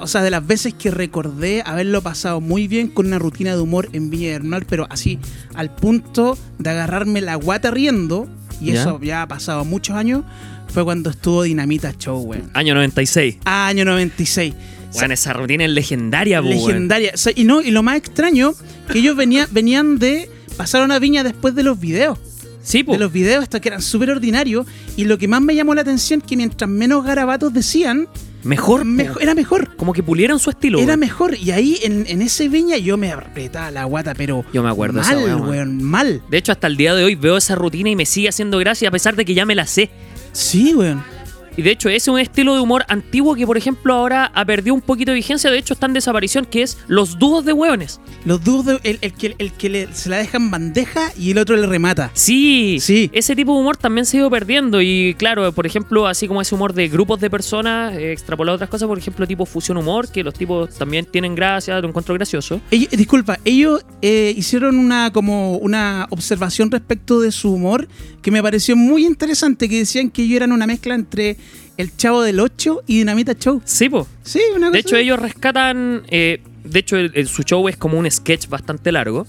O sea, de las veces que recordé haberlo pasado muy bien con una rutina de humor en Viña del Mar, pero así, al punto de agarrarme la guata riendo, y
Ya.
eso ya ha pasado muchos años, fue cuando estuvo Dinamita Show, weón.
Año 96.
Año 96.
Weón, esa rutina es legendaria, po, pues, weón.
Legendaria. O sea, y no, y lo más extraño, que ellos venía- venían de. Pasaron a Viña después de los videos.
Sí,
De
pues.
los videos estos que eran súper ordinarios. Y lo que más me llamó la atención que mientras menos garabatos decían,
Mejor,
mejo-
po.
era mejor.
Como que pulieron su estilo.
Era
weón.
mejor. Y ahí en, en ese viña yo me apretaba la guata, pero.
Yo me acuerdo de
mal,
esa weá, weón.
weón, Mal.
De hecho, hasta el día de hoy veo esa rutina y me sigue haciendo gracia a pesar de que ya me la sé.
Sí, weón.
Y de hecho, ese es un estilo de humor antiguo que, por ejemplo, ahora ha perdido un poquito de vigencia. De hecho, está en desaparición, que es los dúos de hueones.
Los dos, de- el, el que, el que le- se la dejan bandeja y el otro le remata.
Sí,
Sí.
ese tipo de humor también se ha ido perdiendo. Y claro, por ejemplo, así como ese humor de grupos de personas, eh, extrapolado a otras cosas, por ejemplo, tipo fusión humor, que los tipos también tienen gracia, lo encuentro gracioso.
Ellos- eh, disculpa, ellos eh, hicieron una como una observación respecto de su humor que me pareció muy interesante, que decían que ellos eran una mezcla entre el Chavo del 8 y Dinamita Show.
Sí, pues.
Sí, una cosa.
De hecho, ellos rescatan. eh, de hecho, el- el- su show es como un sketch bastante largo.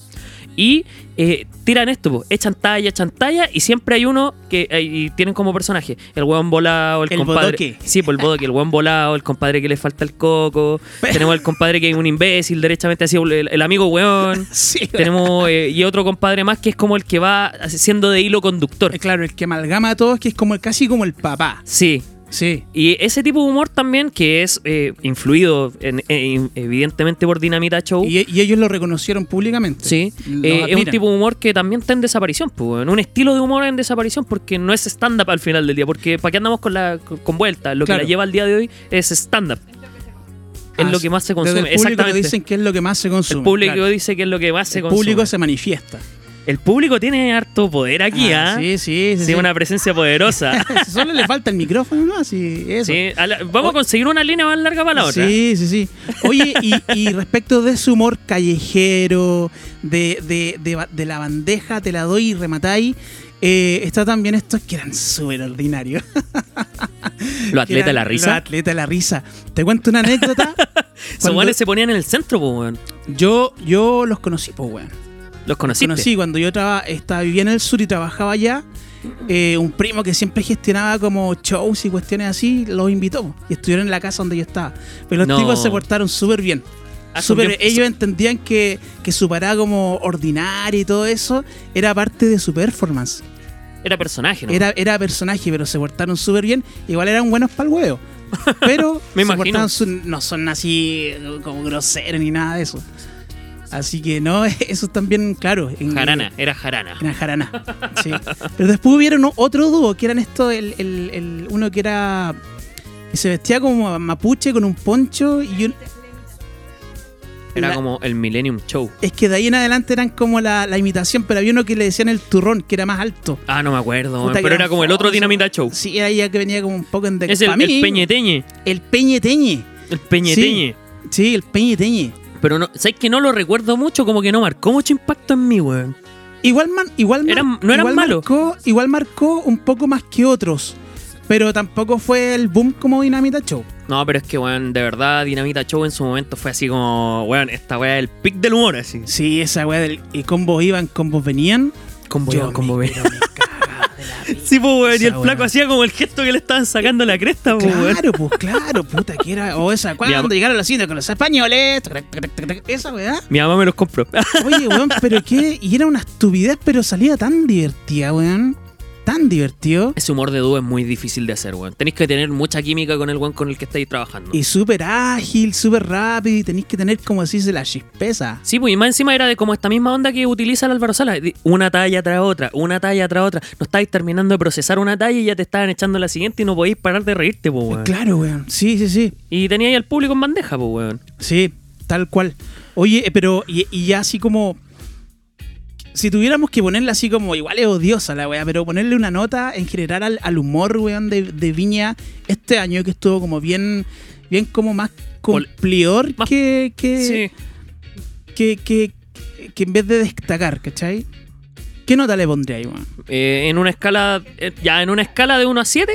Y eh, tiran esto, po, echan talla, echan talla, y siempre hay uno que eh, y tienen como personaje. El hueón volado, el,
El
compadre.
bodoque.
Sí, por el bodoque, el hueón volado, el compadre que le falta el coco. Tenemos el compadre que es un imbécil, derechamente así, el, el amigo hueón.
Sí,
Tenemos eh, y otro compadre más que es como el que va siendo de hilo conductor.
eh, claro, el que amalgama a todos, que es como el casi como el papá.
Sí,
Sí.
Y ese tipo de humor también, que es eh, influido en- en- evidentemente por Dinamita Show,
Y, y ellos lo reconocieron públicamente.
sí,
Los
eh, es un
admiran.
tipo de humor que también está en desaparición, pues, weón. un estilo de humor en desaparición, porque no es stand-up al final del día, porque ¿para qué andamos con la con vuelta? Lo que
Claro.
la lleva al día de hoy es stand-up. Es
Ah,
lo que más se consume,
desde el público
exactamente.
le dicen que es lo que más se consume.
el público
claro.
dice que es lo que más se
El
consume.
público se manifiesta.
El público tiene harto poder aquí, ¿ah?
Ah, Sí, sí, sí.
Sí,
sí.
una presencia poderosa.
Solo le falta el micrófono, ¿no? Así, eso.
Sí, a la- vamos a conseguir una línea más larga para la otra.
Sí, sí, sí. Oye, y, y respecto de su humor callejero, de, de, de ba- de la bandeja, te la doy y rematáis, eh, está también estos que eran súper ordinarios.
Los atletas de la
Los
risa.
atletas de la risa. Te cuento una anécdota.
Esos
Cuando-
weones se ponían en el centro, pues, weón.
yo, yo los conocí, pues, weón.
Los conociste.
Conocí cuando yo traba- estaba, vivía en el sur y trabajaba allá. eh, un primo que siempre gestionaba como shows y cuestiones así, los invitó y estuvieron en la casa donde yo estaba. Pero los
No.
tipos se portaron súper bien.
Ah, son
Súper-
bien-
ellos entendían que, que su parada como ordinaria y todo eso era parte de su performance.
Era personaje, ¿no?
Era, era personaje, pero se portaron súper bien. Igual eran buenos para el huevo. Pero
Me
se
imagino.
portaron su- no son así eh, como groseros ni nada de eso. Así que no, eso también, claro. en-
Jarana, era Jarana.
Eran jarana. Sí. Pero después hubieron otro dúo que eran esto, el, el- el- uno que era. que se vestía como mapuche con un poncho y un.
Era
La-
como el Millennium Show.
Es que de ahí en adelante eran como la, la imitación, pero había uno que le decían el turrón, que era más alto.
Ah, no me acuerdo,
Puta
weón,
que
pero
era
era como el otro
famoso.
Dinamita Show.
Sí, era ya que venía como un poco en de-
Es el,
pa' mí,
el Peñeteñe.
El peñeteñe.
El Peñeteñe.
Sí, el peñeteñe.
Pero no, ¿sabes que no lo recuerdo mucho? Como que no marcó mucho impacto en mí, weón.
Igual, man- igual, mar-
Eran- no eran
igual
malos.
Marcó, igual marcó un poco más que otros. Pero tampoco fue el boom como Dinamita Show.
No, pero es que, weón, de verdad, Dinamita Show en su momento fue así como, weón, esta weá es el pic del humor, así.
Sí, esa weá del y combos iban, combos venían.
Combo,
Yo
ya,
me-
combo,
pero me cagaba de la risa.
Sí, pues, weón, y
Esa
el flaco
weá.
hacía como el gesto que le estaban sacando la cresta, pues, weón.
Claro, pues claro, puta que era. O esa, cuando
Ya,
llegaron los indios con los españoles. Tac, tac, tac, tac, Esa weá.
Mi mamá me los compró.
Oye, weón, pero qué. Y era una estupidez, pero salía tan divertida, weón. Tan tan divertido
Ese humor de dúo es muy difícil de hacer, weón. Tenéis que tener mucha química con el weón con el que estáis trabajando.
y súper ágil, súper rápido y tenéis que tener como se dice la chispeza.
Sí, pues y más encima era de como esta misma onda que utiliza el Álvaro Sala. de Una talla tras otra, una talla tras otra. No estáis terminando de procesar una talla y ya te estaban echando la siguiente y no podéis parar de reírte, pues, weón.
Claro, weón. Sí, sí, sí.
Y tenía ahí al público en bandeja, pues, weón.
Sí, tal cual. Oye, eh, pero y, y ya así como... Si tuviéramos que ponerle así como, igual es odiosa la weá, pero ponerle una nota en general al, al humor, weón, de, de Viña este año que estuvo como bien, bien como más
Pol-
cumplidor
más-
que, que,
Sí.
que, que, que en vez de destacar, ¿cachai? ¿Qué nota le pondría ahí, weón?
Eh, en una escala. eh, ya, en una escala de 1 a 7.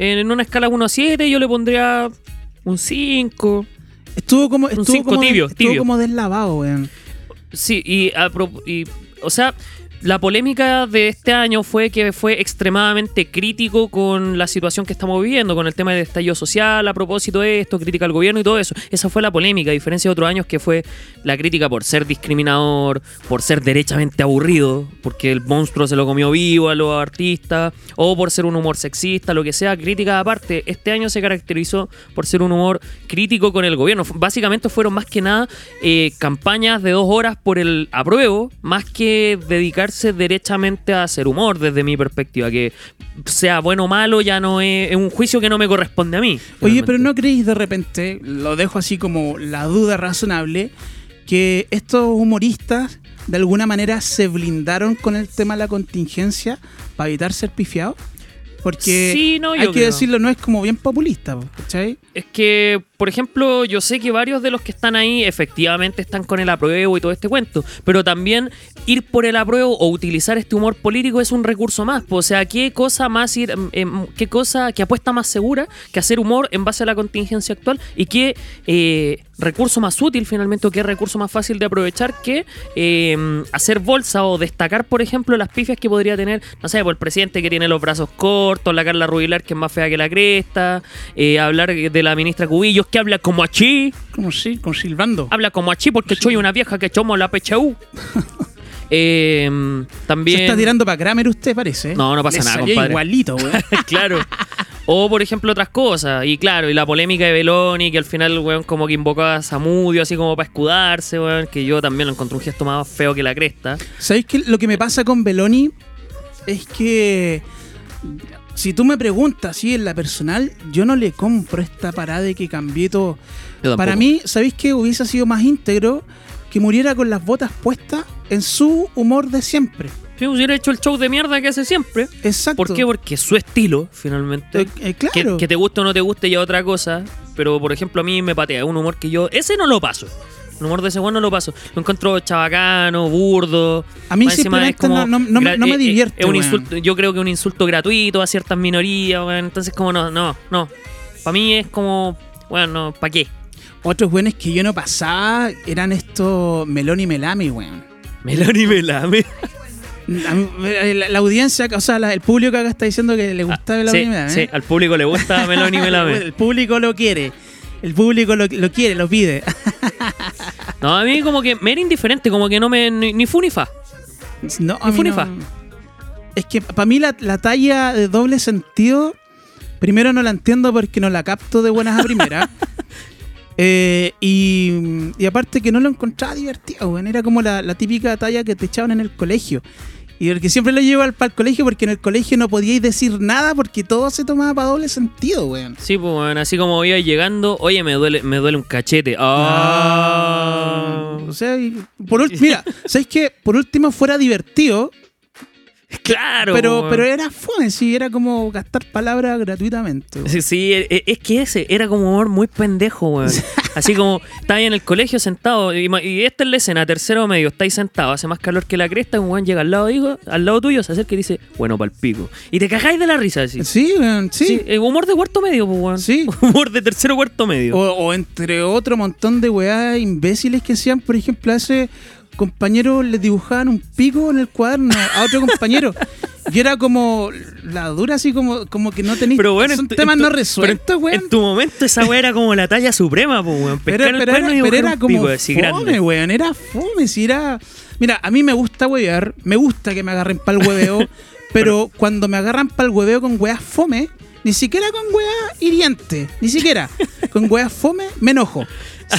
En una escala 1 a 7, yo le pondría un 5.
Estuvo como, estuvo
cinco
como, de-
tibio,
estuvo
tibio.
como deslavado, weón.
Sí, y, a pro- y- o sea, la polémica de este año fue que fue extremadamente crítico con la situación que estamos viviendo, con el tema del estallido social, a propósito de esto, crítica al gobierno y todo eso. Esa fue la polémica, a diferencia de otros años que fue la crítica por ser discriminador, por ser derechamente aburrido, porque el monstruo se lo comió vivo a los artistas, o por ser un humor sexista, lo que sea, crítica aparte. Este año se caracterizó por ser un humor crítico con el gobierno. F- Básicamente fueron más que nada eh, campañas de dos horas por el apruebo, más que dedicarse derechamente a hacer humor, desde mi perspectiva, que sea bueno o malo ya no es, es un juicio que no me corresponde a mí.
Oye,
finalmente.
pero ¿no creéis de repente, lo dejo así como la duda razonable, que estos humoristas de alguna manera se blindaron con el tema de la contingencia para evitar ser pifiados? Porque
Sí, no, yo
hay que
creo.
decirlo, no es como bien populista, po, ¿cachai?
Es que, por ejemplo, yo sé que varios de los que están ahí efectivamente están con el apruebo y todo este cuento, pero también ir por el apruebo o utilizar este humor político es un recurso más. po. O sea, ¿qué cosa más ir, em, qué cosa, qué apuesta más segura que hacer humor en base a la contingencia actual y qué eh, recurso más útil finalmente o qué recurso más fácil de aprovechar que eh, hacer bolsa o destacar, por ejemplo, las pifias que podría tener, no sé, por el presidente que tiene los brazos cortos, la Carla Rubilar que es más fea que la cresta, eh, hablar de la ministra Cubillos que habla como achí,
Como sí, con silbando.
habla como achí porque soy una vieja que chomo la PCU. Eh, también...
Se está tirando para Kramer usted, parece. ¿eh?
No, no pasa
Le
nada,
salió
compadre.
igualito, weón.
claro. O, por ejemplo, otras cosas. Y claro, y la polémica de Beloni, que al final, weón, como que invocaba a Samudio, así como para escudarse, weón, que yo también lo encontré un gesto más feo que la cresta.
¿Sabéis que lo que me pasa con Beloni es que si tú me preguntas si en la personal, yo no le compro esta parada de que cambié todo.
Yo
Para
tampoco.
mí, ¿sabéis que hubiese sido más íntegro que muriera con las botas puestas en su humor de siempre?
Si hubiera hecho el show de mierda que hace siempre.
Exacto.
¿Por qué? Porque es su estilo, finalmente.
Eh, eh,
Que-
claro.
que, te guste o no te guste ya otra cosa. Pero, por ejemplo, a mí me patea. Es un humor que yo... Ese no lo paso. El humor de ese weón no lo paso. Lo encuentro chabacano, burdo.
A mí
Más encima
simplemente no- no- no me-
gra-
no me
eh, eh,
divierte,
Es un
weón.
insulto, yo creo que un insulto gratuito a ciertas minorías, weón. Entonces, como no, no, no. Para mí es como, bueno, ¿para qué?
Otros buenos que yo no pasaba eran estos Melón y Melame, weón.
Melón y melame.
A mí- La, la audiencia, o sea, la- el público acá está diciendo que le gustaba ¿eh? Melón y
Ah, sí,
Melame.
sí, al público le gusta melón y melame.
El público lo quiere. El público lo, lo quiere, lo pide.
No, a mí como que me era indiferente, como que no me. ni, ni fu ni fa.
No, a mí
Funifa.
no. Es que para mí la, la talla de doble sentido, primero no la entiendo porque no la capto de buenas a primeras. Eh, y, y aparte que no lo encontraba divertido, weón. Era como la, la típica talla que te echaban en el colegio. Y el que siempre lo llevo al, pa'l colegio porque en el colegio no podíais decir nada porque todo se tomaba para doble sentido, weón.
Sí, pues bueno, así como iba llegando, oye, me duele, me duele un cachete.
Ah,
Ah.
O sea, y por ul- mira, ¿sabes qué? Por último fuera divertido,
Claro. pues,
pero,
bueno.
pero era fome, sí, era como gastar palabras gratuitamente.
Sí, sí, e- e- es que ese era como humor muy pendejo, weón. Así como estaba ahí en el colegio sentado, y, ma- y esta es la escena, tercero medio, estáis sentado, hace más calor que la cresta, un weón llega al lado, digo, al lado tuyo, se acerca y dice, bueno, pal pico. Y te cagáis de la risa así.
Sí, weón, sí.
Sí, eh, humor de cuarto medio, pues, weón.
Sí. Oh,
Humor de tercero cuarto medio.
O, o entre otro montón de weas imbéciles que hacían, por ejemplo, a ese compañero le dibujaban un pico en el cuaderno a otro compañero. Y era como la dura, así como, como que no tenéis.
Pero bueno,
son
en tu-
temas
en tu-
no
pero en-
resueltos, weón.
En tu momento esa weá era como la talla suprema, pues, weón. Pescar
Pero,
el
pero
cuerno
era,
y
pero
dibujar
era
un
como
pico así
fome,
grande.
weón. Era fome, si era... Mira, a mí me gusta huevear, me gusta que me agarren pa'l hueveo, Pero cuando me agarran para el hueveo con weas fome, ni siquiera con weas hiriente, ni siquiera con weas fome, me enojo.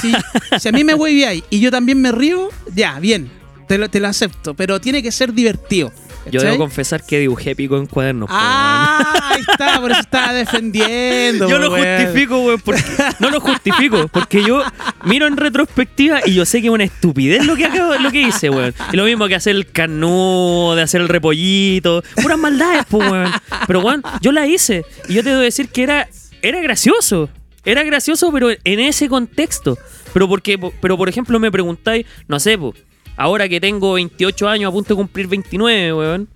Si, si a mí me hueveáis y yo también me río, ya, bien, te lo, te lo acepto, pero tiene que ser divertido.
Yo
¿cachai?
debo confesar que dibujé pico en cuadernos. po,
Ah, ahí está, por eso estaba defendiendo.
weón. Yo lo
weón.
justifico, weón. porque- No lo justifico, porque yo miro en retrospectiva y yo sé que es una estupidez lo que, acabo- lo que hice, weón. Y lo mismo que hacer el canudo, de hacer el repollito, puras maldades, po, weón. Pero, weón, yo la hice y yo te debo decir que era, era gracioso. Era gracioso, pero en ese contexto. Pero, porque, pero por ejemplo, me preguntáis, no sé, po, ahora que tengo 28 años, a punto de cumplir 29, weón.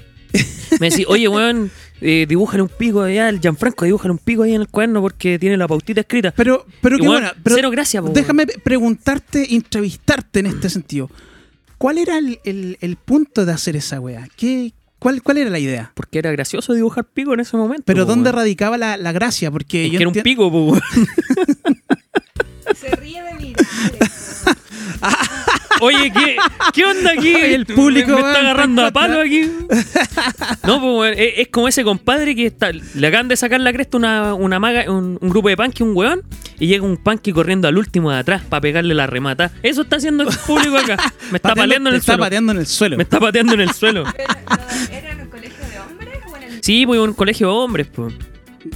Me decís, oye, weón, eh, dibújale un pico allá, el Gianfranco, dibújale un pico ahí en el cuaderno porque tiene la pautita escrita.
Pero, pero qué
Igual,
buena. pero
cero gracia, po, weón.
Déjame preguntarte, entrevistarte en este sentido. ¿Cuál era el, el- el punto de hacer esa wea? ¿Qué, cuál, ¿Cuál era la idea?
Porque era gracioso dibujar pico en ese momento.
Pero
po,
¿dónde
Oh, weón.
radicaba la, la gracia? Porque
Es
yo
que era un
enti-
pico, po, weón.
Se ríe de mí. dale.
Oye, ¿qué, qué onda aquí?
El público,
me, me
weón,
está agarrando a
está
palo aquí. No, pues, weón, es, es como ese compadre que está, le acaban de sacar la cresta una, una maga, un, un grupo de punky, un weón, y llega un punky corriendo al último de atrás para pegarle la remata. Eso está haciendo el público acá. Me está
pateando-
paleando en
te
el
está
suelo.
pateando en el suelo.
Me está pateando en el suelo.
Pero, ¿no ¿Era en el colegio de hombres o en el
Sí, pues un colegio de hombres, pues.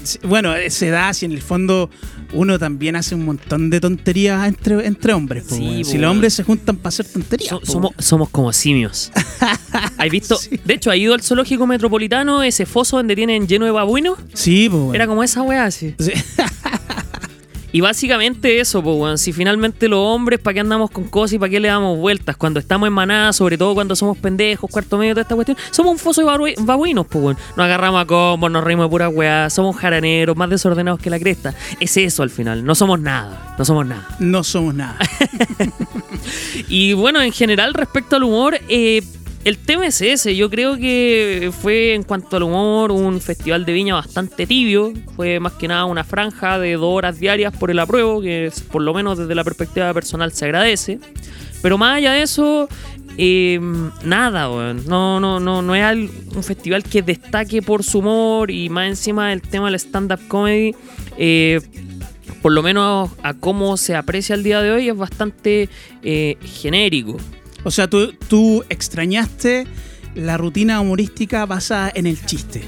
Sí, Bueno, eh, se da si en el fondo uno también hace un montón de tonterías entre, entre hombres. po,
Sí,
weón. si
po,
los
weón.
hombres se juntan para hacer tonterías.
So-
po,
somos,
weón.
somos como simios. ¿Has visto? De hecho, ¿ha ido al zoológico metropolitano ese foso donde tienen lleno de babuinos?
Sí, po, weón.
Era como esa weá así.
Sí.
Y básicamente eso, pues, weón. Si finalmente los hombres, ¿para qué andamos con cosas y para qué le damos vueltas? Cuando estamos en manada, sobre todo cuando somos pendejos, cuarto medio, toda esta cuestión, somos un foso de barui- babuinos, pues, weón. Nos agarramos a combos, nos reímos de pura weá, somos jaraneros, más desordenados que la cresta. Es eso al final, no somos nada, no somos nada.
No somos nada.
Y bueno, en general, respecto al humor, eh, el tema es ese. Yo creo que fue, en cuanto al humor, un festival de viña bastante tibio. Fue más que nada una franja de dos horas diarias por el apruebo, que es- por lo menos desde la perspectiva personal se agradece. Pero más allá de eso, eh, nada, weón. No, no, no, no es al- un festival que destaque por su humor y más encima el tema del stand-up comedy. eh, por lo menos a cómo se aprecia el día de hoy es bastante eh, genérico.
O sea, tú, tú extrañaste la rutina humorística basada en el chiste.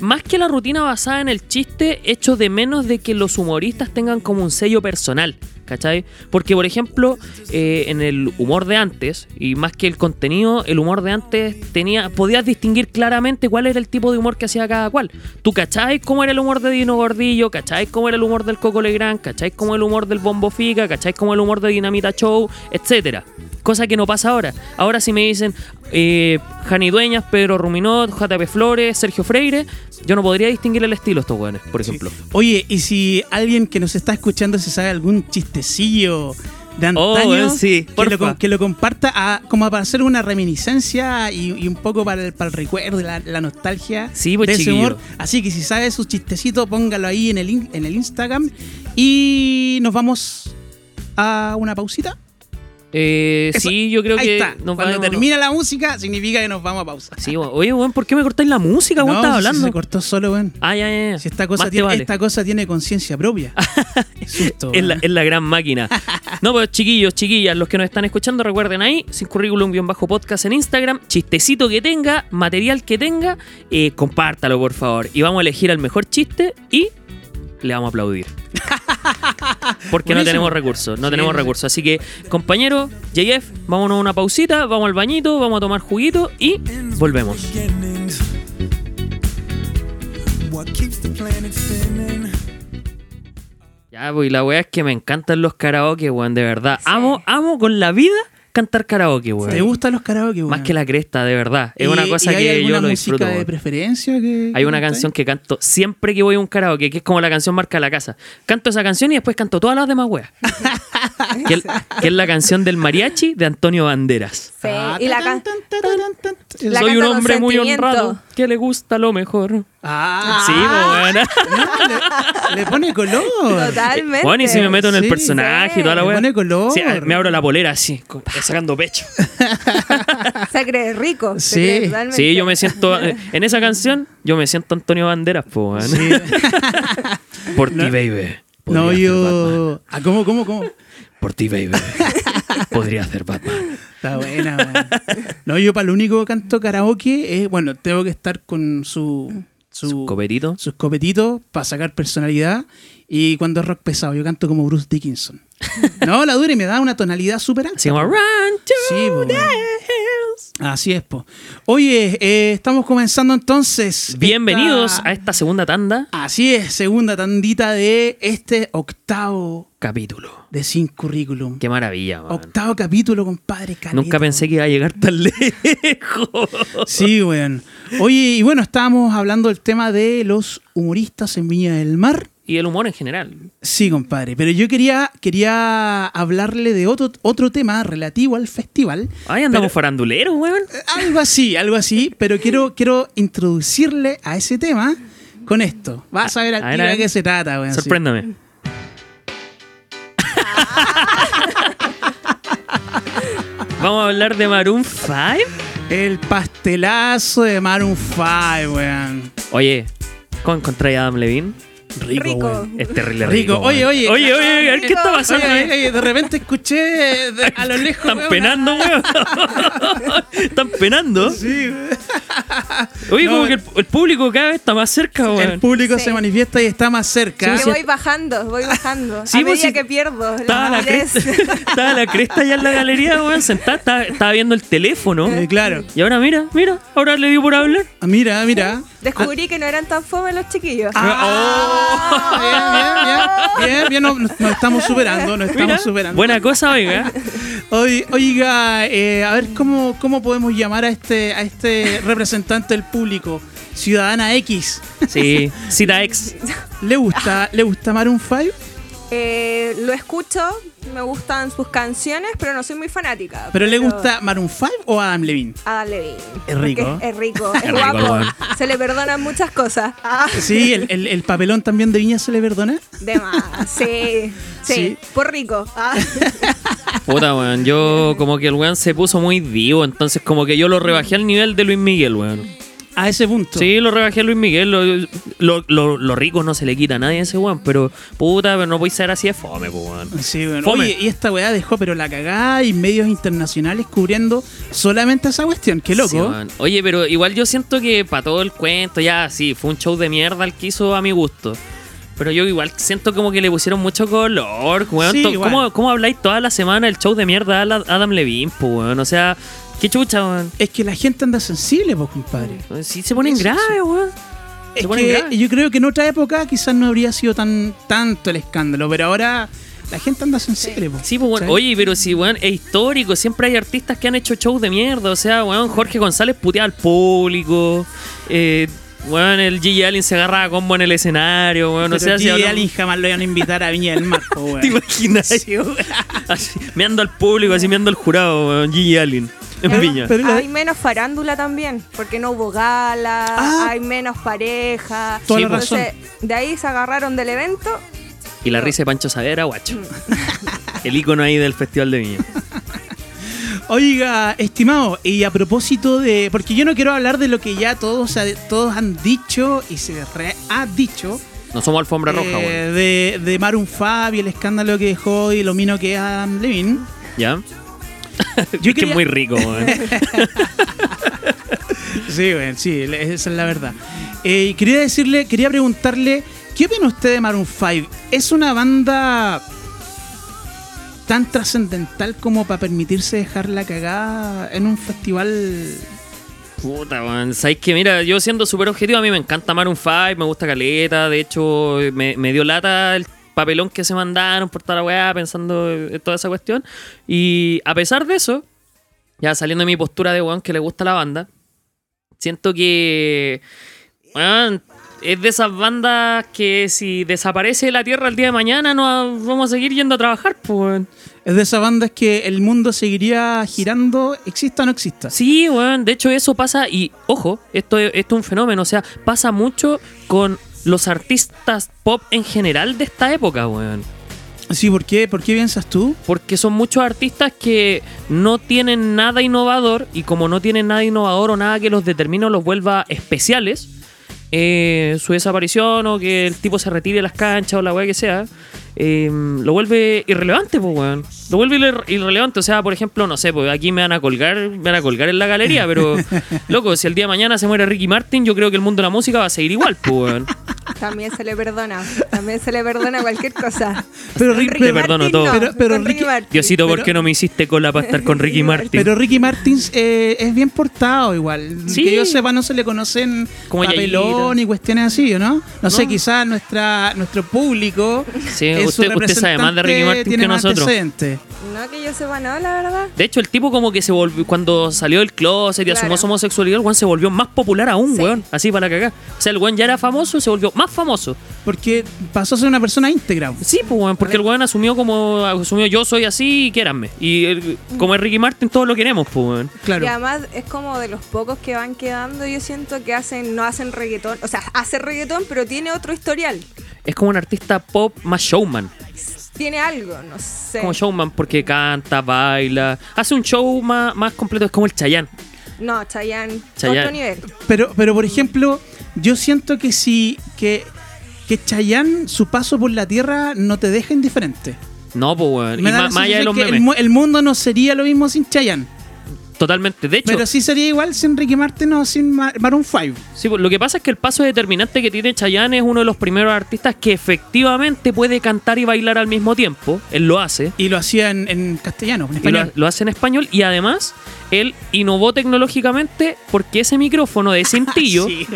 Más que la rutina basada en el chiste, echo de menos de que los humoristas tengan como un sello personal, ¿cachai? Porque, por ejemplo, eh, en el humor de antes, y más que el contenido, el humor de antes tenía, podías distinguir claramente cuál era el tipo de humor que hacía cada cual. Tú, ¿cachai? ¿Cómo era el humor de Dino Gordillo? ¿Cachai? ¿Cómo era el humor del Coco Legrand? ¿Cachai? ¿Cómo el humor del Bombo Fica? ¿Cachai? ¿Cómo el humor de Dinamita Show? Etcétera. Cosa que no pasa ahora. Ahora sí me dicen eh, Jani Dueñas, Pedro Ruminot, JP Flores, Sergio Freire. Yo no podría distinguir el estilo de estos weones, por ejemplo.
Oye, y si alguien que nos está escuchando se sabe algún chistecillo de
Oh,
antaño,
weón, sí,
que,
porfa.
lo, com- que lo comparta a- como para hacer una reminiscencia y, y un poco para el, para el recuerdo, la, la nostalgia
Sí, pues,
de ese humor.
chiquillo.
Así que si sabe su chistecito, póngalo ahí en el, in- en el Instagram. Y nos vamos a una pausita.
Eh,
Eso-
sí, yo creo
ahí
que
está.
nos
Cuando
vamos-
termina la música, significa que nos vamos a pausa.
Sí, weón. oye, weón, ¿por qué me cortáis la música? ¿Cómo
No,
estás
si
hablando?
Se cortó solo, weón.
Ah, ya, ya, ya.
Si esta cosa
Más te
tiene, este
vale.
esta cosa tiene conciencia propia. Susto,
Es la,
¿eh?
es la gran máquina. No, pero chiquillos, chiquillas, los que nos están escuchando, recuerden ahí, sin currículum guión bajo podcast en Instagram, chistecito que tenga, material que tenga, eh, compártalo por favor. Y vamos a elegir al mejor chiste y le vamos a aplaudir. Porque no
Buenísimo.
tenemos recursos, no
Sí,
tenemos
sí.
recursos. Así que, compañero, JF, vámonos a una pausita, vamos al bañito, vamos a tomar juguito y volvemos.
beginnings. What keeps the planet spinning?
Ya, pues y la weá es que me encantan los karaoke, weón, de verdad. Amo, amo con la vida cantar karaoke, weón.
¿Te gustan los karaoke, weón?
Más que la cresta, de verdad. Es
¿Y-
una cosa
y hay
que yo
alguna
lo
música
disfruto.
de
weón.
preferencia que
Hay una canción que canto siempre que voy a un karaoke, que es como la canción marca la casa. Canto esa canción y después canto todas las demás weas. que, el- que es la canción del mariachi de Antonio Banderas.
Sí, y la
can...
can- La
Soy un
canta con
hombre muy
sentimiento.
honrado que le gusta lo mejor.
Ah,
Sí, pues,
le, le pone color.
Totalmente.
weón. Bueno, y si me meto en el
Sí.
personaje y
Sí.
toda la
Le
wea.
pone color.
Sí, me abro la polera así, con- sacando pecho.
¿Sabes Se cree rico. se
Sí.
cree totalmente.
Sí, yo me siento. eh, En esa canción, yo me siento Antonio Banderas, po, weón. Por ti, baby. podría
No,
ser Batman.
yo. Ah, ¿Cómo, cómo, cómo?
Por ti, baby. Podría ser Batman.
Está buena, weón. No, yo para lo único que canto karaoke es, bueno, tengo que estar con su, su-
¿Su copetito?
sus copetitos para sacar personalidad. Y cuando es rock pesado, yo canto como Bruce Dickinson. No, la dura y me da una tonalidad súper alta.
Se llama Run to
Sí, po.
the Hills.
Así es, po. Oye, eh, estamos comenzando entonces.
Bienvenidos
esta-
a esta segunda tanda.
Así es, segunda tandita de este octavo
Capítulo.
de Sin Currículum.
Qué maravilla, man.
Octavo capítulo, compadre.
Nunca
caleta,
pensé que iba a llegar tan lejos.
Sí, weón. Oye, y bueno, estábamos hablando del tema de los humoristas en Viña del Mar.
Y el humor en general.
Sí, compadre. Pero yo quería, quería hablarle de otro, otro tema relativo al festival.
Ay, andamos faranduleros, weón.
Algo así, algo así. Pero quiero, quiero introducirle a ese tema con esto. Vas a ver
A
al
ver,
tiro
a
de
ver.
qué se trata, weón. sí.
Sorpréndame. Vamos a hablar de Maroon 5.
El pastelazo de Maroon 5, weón.
Oye, ¿cómo encontré a Adam Levine?
Rico,
Rico.
weón.
Es terrible.
Rico.
Rico,
Oye,
weón.
oye.
Oye, oye, oye, a ver, ¿qué está pasando? eh?
Oye,
ahí?
oye, oye, de repente escuché eh, de- a lo lejos.
Están
weón,
penando, weón. Están penando.
Sí, weón.
Oye,
No,
como que el, el público cada vez está más cerca,
El
weón.
público
Sí.
se manifiesta y está más cerca.
Que
Sí,
voy bajando, voy bajando.
Sí,
a
pues,
medida
sí.
que pierdo.
Estaba
la
la,
madurez.
cresta, estaba la cresta allá en la galería, weón, sentada, estaba, estaba viendo el teléfono.
Eh, claro.
Y ahora mira, mira, ahora le dio por hablar.
Ah, Mira, mira.
Descubrí que no eran tan fome los chiquillos.
Ah.
Ah, oh, bien, bien, bien. Bien, bien, no- nos, estamos superando, nos estamos
Mira,
superando.
buena cosa, oiga.
Oy- oiga, eh, a ver cómo, cómo podemos llamar a este, a este representante del público, Ciudadana X.
Sí, cita ex.
¿Le gusta, ¿le gusta Maroon 5?
Eh, lo escucho, me gustan sus canciones, pero no soy muy fanática.
¿Pero le gusta Maroon 5 o Adam Levine?
Adam Levine.
Es rico.
Porque Es, es rico, es,
rico,
guapo.
weón.
Se le perdonan muchas cosas. Ah,
Sí, el, el- el papelón también de Viña se le perdona.
de más. Sí, sí.
Sí.
Por rico. Ah,
Puta, weón, yo como que el weón se puso muy vivo, entonces como que yo lo rebajé al nivel de Luis Miguel, weón.
A ese punto.
Sí, lo rebajé a Luis Miguel, lo, lo, lo- lo rico no se le quita a nadie a ese weón, pero puta, pero no voy a ser así de fome, po, weón.
Sí, bueno.
Fome.
Oye, y esta weá dejó, pero la cagada y medios internacionales cubriendo solamente esa cuestión. Qué
Sí,
loco.
weón. Oye, pero igual yo siento que para todo el cuento, ya sí, fue un show de mierda el que hizo a mi gusto. Pero yo igual siento como que le pusieron mucho color, weón.
Sí,
To-
igual.
¿Cómo, cómo habláis toda la semana el show de mierda a la- Adam Levine, po, weón? O sea, qué chucha, weón.
es que la gente anda sensible, pues, compadre.
Sí se
Sí,
ponen
sí,
graves, weón.
Es
Se ponen
que
graves.
yo creo que en otra época quizás no habría sido tan tanto el escándalo, pero ahora la gente anda sensible, po.
Sí, pues, weón.
¿Cachai?
Oye, pero sí, weón, es histórico. Siempre hay artistas que han hecho shows de mierda. O sea, weón, Jorge González puteaba al público. Eh, weón, el G. Allen se agarraba a combo en el escenario, weón.
Pero
o sea, si
G.
hablamos-
Allen jamás lo iban a invitar a Viña del Mar, po, weón.
¿Te imaginas? Así, meando al público, así meando al jurado, weón, Gigi Allen. En
¿no?
Viña.
Pero la-
Hay menos farándula también, porque no hubo gala,
Ah.
hay menos pareja.
Toda
la
Entonces, de ahí se agarraron del evento.
Y la risa de Pancho Savera, guacho.
Mm.
El ícono ahí del Festival de Viña.
Oiga, estimado, y a propósito de. Porque yo no quiero hablar de lo que ya todos, todos han dicho y se re- ha dicho.
No somos alfombra roja,
eh,
weón.
de, de Maroon Fab y el escándalo que dejó y lo mino que es Adam Levine.
¿Ya?
Yo
es que
quería-
es muy rico, weón.
Sí, güey, sí, le- esa es la verdad. Eh, y quería decirle, quería preguntarle, ¿qué opina usted de Maroon 5? ¿Es una banda tan trascendental como para permitirse dejar la cagada en un festival?
Puta, weón. Sabes que, mira, yo siendo súper objetivo, a mí me encanta Maroon 5, me gusta Caleta. De hecho, me, me dio lata el papelón que se mandaron por toda la weá pensando en toda esa cuestión. Y a pesar de eso, ya saliendo de mi postura de weón que le gusta la banda, siento que. Weón. Es de esas bandas que si desaparece de la tierra el día de mañana no vamos a seguir yendo a trabajar, pues. weón.
Es de esas bandas que el mundo seguiría girando, exista o no exista.
Sí, weón. De hecho, eso pasa. Y ojo, esto, es- esto es un fenómeno. O sea, pasa mucho con los artistas pop en general de esta época, weón.
Sí, ¿por qué? ¿Por qué piensas tú?
Porque son muchos artistas que no tienen nada innovador y como no tienen nada innovador o nada que los determine o los vuelva especiales, eh, su desaparición o que el tipo se retire de las canchas o la weá que sea, eh, lo vuelve irrelevante, pues weón. Lo vuelve irre- irrelevante. O sea, por ejemplo, no sé, pues aquí me van a colgar, me van a colgar en la galería, pero loco, si el día de mañana se muere Ricky Martin, yo creo que el mundo de la música va a seguir igual, pues weón.
También se le perdona. También se le perdona cualquier cosa.
Pero,
Con
Rick-
Ricky
pero-
Martin, perdono todo.
Pero- pero
con
Ricky-
Martin.
Diosito, ¿por
Pero-
qué no me hiciste cola para estar con Ricky Martin?
Pero Ricky Martins eh, es bien portado igual.
Sí.
Que yo sepa, no se le conocen
Como
papelón
Yayita.
y cuestiones así, ¿o ¿no? No, sé,
No.
quizás nuestra, nuestro público.
Sí,
es su
usted- usted sabe más de Ricky
representante,
Martin
tiene
que
más
nosotros.
antecedentes.
No que yo sepa, no, la verdad.
De hecho, el tipo como que se volvió, cuando salió del closet y
Claro.
asumió su homosexualidad, el weón se volvió más popular aún,
Sí.
weón. Así para la cagá. O sea, el weón ya era famoso, se volvió más famoso.
Porque pasó a ser una persona íntegra.
Sí, pues weón, porque el weón asumió como, asumió yo soy así y quéranme. Y el- como es Ricky Martin, todos lo queremos, pues weón.
Claro.
Y además es como de los pocos que van quedando, yo siento que hacen, no hacen reggaetón, o sea, hace reggaetón, pero tiene otro historial.
Es como un artista pop más showman.
Tiene algo, no sé.
Como showman porque canta, baila, hace un show más, más completo, es como el Chayanne.
No, Chayanne,
Chayanne.
otro nivel.
Pero, pero por ejemplo, yo siento que si. que, que Chayanne, su paso por la tierra no te deja indiferente.
No, pues weón. Y
Me da la
más, más allá
sensación
de los
que el
memes.
mu- El, mundo no sería lo mismo sin Chayanne.
Totalmente. De hecho,
Pero sí sería igual sin Ricky Martin o sin Ma- Maroon 5.
Sí, pues, lo que pasa es que el paso determinante que tiene Chayanne es uno de los primeros artistas que efectivamente puede cantar y bailar al mismo tiempo. Él lo hace.
Y lo hacía en, en castellano, en
y lo,
español.
lo hace en español y además él innovó tecnológicamente porque ese micrófono de cintillo
Sí.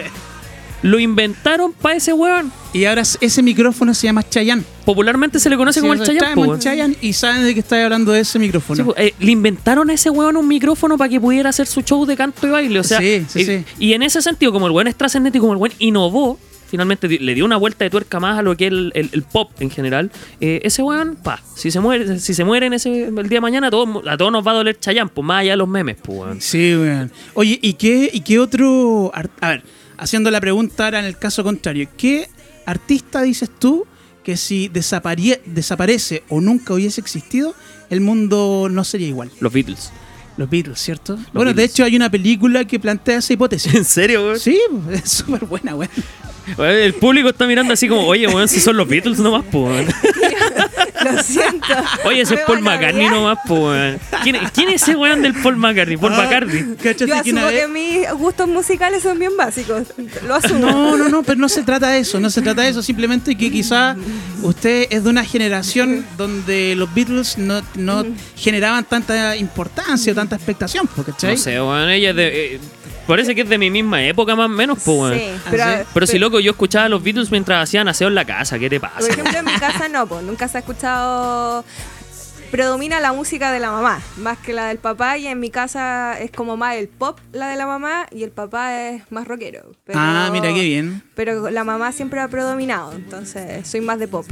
lo inventaron para ese weón.
Y ahora s- ese micrófono se llama Chayanne.
Popularmente se le conoce como el
Sí,
Chayanne.
está
po,
en
weón.
Chayanne y saben de que estoy hablando de ese
Sí,
micrófono.
pues, eh, le inventaron a ese weón un micrófono para que pudiera hacer su show de canto y baile. O sea,
Sí, sí,
y,
sí.
y en ese sentido, como el weón es trascendente y como el weón innovó, finalmente di- le dio una vuelta de tuerca más a lo que es el, el- el pop en general. eh, ese weón, pa, si se muere, si se muere en ese, el día de mañana, a todos, a todos nos va a doler Chayanne, pues más allá de los memes, pues weón.
Sí, weón. Oye, ¿y qué, ¿y qué otro... ar- A ver, haciendo la pregunta ahora en el caso contrario, ¿qué artista dices tú que si desapare- desaparece o nunca hubiese existido, el mundo no sería igual?
Los Beatles.
Los Beatles, ¿cierto? bueno, de
Beatles.
hecho hay una película que plantea esa hipótesis.
¿En serio, weón?
sí, es súper buena, weón.
Weón, El público está mirando así como, oye, weón, si son los Beatles nomás, pues weón.
Lo siento.
Oye, ese es
Me
Paul
van a
McCartney
odiar.
nomás, pues weón. ¿Quién, quién es ese weón del Paul McCartney? Paul McCartney.
Cáchate
Yo
Ah, que una
asumo
vez-
que mis gustos musicales son bien básicos. Lo asumo.
No, no, no, pero no se trata de eso, no se trata de eso, simplemente que quizá usted es de una generación donde los Beatles no, no generaban tanta importancia o tanta expectación, po, ¿cachai?
No sé, weón, ella es de, eh, parece que es de mi misma época más o menos, pues, weón.
Sí,
Ah,
pero,
sí.
Pero si loco, yo escuchaba a los Beatles mientras hacían aseo en la casa, ¿qué te
Por
pasa?
ejemplo, en mi casa no, pues nunca se ha escuchado. Predomina la música de la mamá, más que la del papá, y en mi casa es como más el pop la de la mamá y el papá es más rockero. Pero-
Ah, mira qué bien.
Pero la mamá siempre ha predominado, entonces soy más de pop.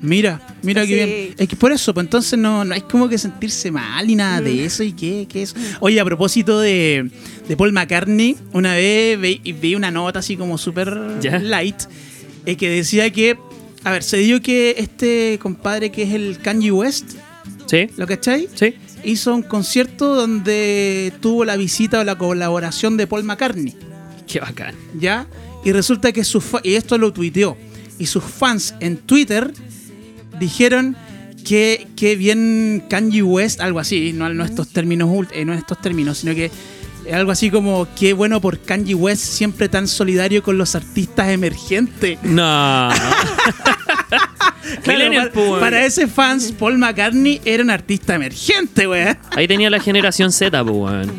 Mira, mira
Sí.
qué bien. Es que por eso, pues entonces no, no hay como que sentirse mal ni nada de eso y qué, qué es. Oye, a propósito de, de Paul McCartney, una vez ve- vi, una nota así como súper
Ya.
light eh, que decía que, a ver, se dio que este compadre que es el Kanye West,
Sí,
¿lo cachai?
sí.
hizo un concierto donde tuvo la visita o la colaboración de Paul McCartney,
Qué bacán.
¿ya? Y resulta que sus fa- y esto lo tuiteó, y sus fans en Twitter dijeron que, que bien Kanye West, algo así, no, no estos términos, ult- eh, no en estos términos, sino que eh, algo así como qué bueno por Kanye West siempre tan solidario con los artistas emergentes.
No.
Claro,
Millennial,
para,
pues, weón.
para ese fans, Paul McCartney era un artista emergente, weón.
Ahí tenía la generación Z, pues, weón.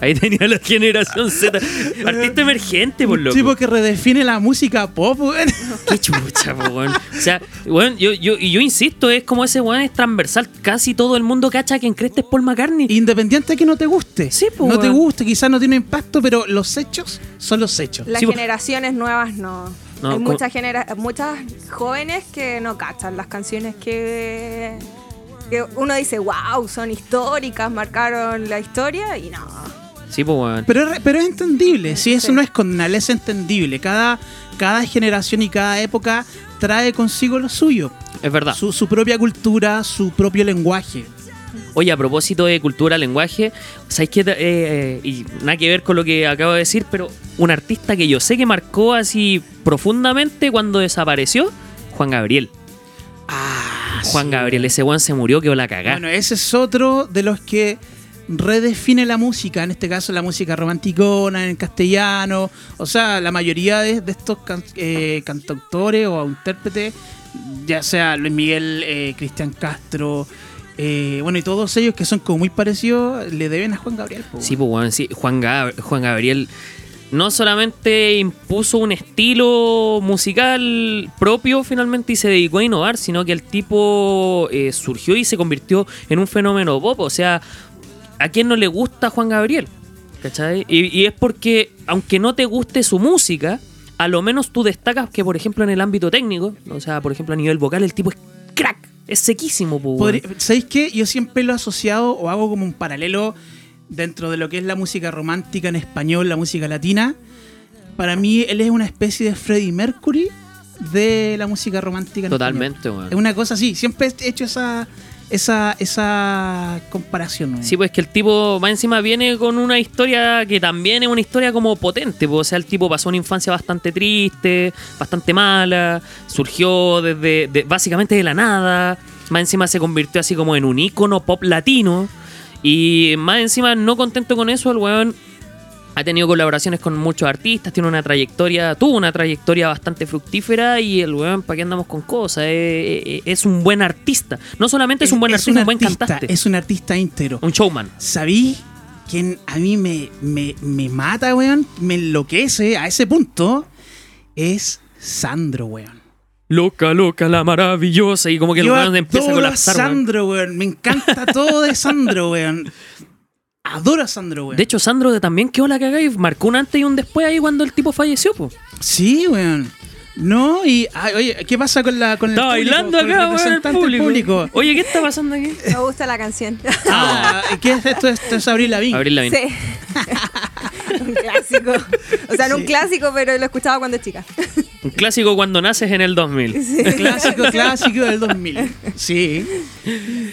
Ahí tenía la generación Z. Artista emergente, por loco.
Tipo que redefine la música pop, weón.
Qué chucha, po, weón. O sea, weón, yo, yo, y yo insisto, es como ese weón es transversal. Casi todo el mundo cacha que en Cresta es Paul McCartney.
Independiente de que no te guste.
Sí, po,
no te
weón.
guste, quizás no tiene impacto, pero los hechos son los hechos.
Las
Sí, po-
generaciones nuevas no.
No,
Hay
como-
muchas, genera muchas jóvenes que no cachan las canciones que, que uno dice, wow, son históricas, marcaron la historia y no.
Sí, pues, weón.
Pero, es re- pero es entendible, si eso
Sí.
no es condenable, es entendible. Cada, cada generación y cada época trae consigo lo suyo.
Es verdad.
Su, su propia cultura, su propio lenguaje.
Oye, a propósito de cultura, lenguaje, ¿sabéis qué? Eh, eh, y nada que ver con lo que acabo de decir, pero un artista que yo sé que marcó así profundamente cuando desapareció, Juan Gabriel.
Ah,
Juan
sí.
Gabriel, ese Juan se murió, quedó la cagada.
Bueno, ese es otro de los que redefine la música, en este caso la música romanticona en castellano, o sea, la mayoría de, de estos can- eh, cantautores o intérpretes, ya sea Luis Miguel, eh, Cristian Castro, eh, bueno, y todos ellos que son como muy parecidos, le deben a Juan Gabriel. po,
Sí, pues, weón, sí, Juan, Gab- Juan Gabriel no solamente impuso un estilo musical propio finalmente y se dedicó a innovar, sino que el tipo eh, surgió y se convirtió en un fenómeno pop. O sea, ¿a quién no le gusta Juan Gabriel? ¿Cachai? Y, y es porque, aunque no te guste su música, a lo menos tú destacas que, por ejemplo, en el ámbito técnico, o sea, por ejemplo, a nivel vocal, el tipo es crack, es sequísimo, pues. weón.
Podría- ¿Sabéis qué? Yo siempre lo he asociado o hago como un paralelo dentro de lo que es la música romántica en español, la música latina. Para mí, él es una especie de Freddie Mercury de la música romántica en español.
Totalmente, weón.
Es una cosa así. Siempre he hecho esa, esa, esa comparación. ¿no?
Sí, pues que el tipo más encima viene con una historia que también es una historia como potente, pues, o sea, el tipo pasó una infancia bastante triste, bastante mala, surgió desde de- básicamente de la nada, más encima se convirtió así como en un ícono pop latino y más encima no contento con eso, el weón ha tenido colaboraciones con muchos artistas, tiene una trayectoria, tuvo una trayectoria bastante fructífera y el weón, ¿para qué andamos con cosas? Eh, eh, eh, es un buen artista. No solamente este es, un buen artista, es un buen
artista,
cantante.
Es un artista íntegro.
Un showman.
¿Sabí? Quien a mí me, me, me mata, weón, me enloquece a ese punto, es Sandro, weón.
Loca, loca, la maravillosa. Y como que el
Yo
weón empieza a
adoro
colapsar. weón.
Sandro, weón. Me encanta todo de Sandro, weón. Adoro a Sandro, weón.
De hecho, Sandro de- también quedó la cagada y marcó un antes y un después ahí cuando el tipo falleció, po.
sí, weón. No, y ay, oye, ¿qué pasa con la con el
Está
público,
bailando
con el
acá, weón, el
representante del
público. Oye, ¿qué está pasando aquí?
Me gusta la canción.
Ah, ¿qué es esto? Esto es Abril Lavigne.
Abril la
Sí. un clásico. O sea, no un clásico, pero lo escuchaba cuando chica.
Un clásico cuando naces en el 2000.
Clásico, clásico del 2000. Sí.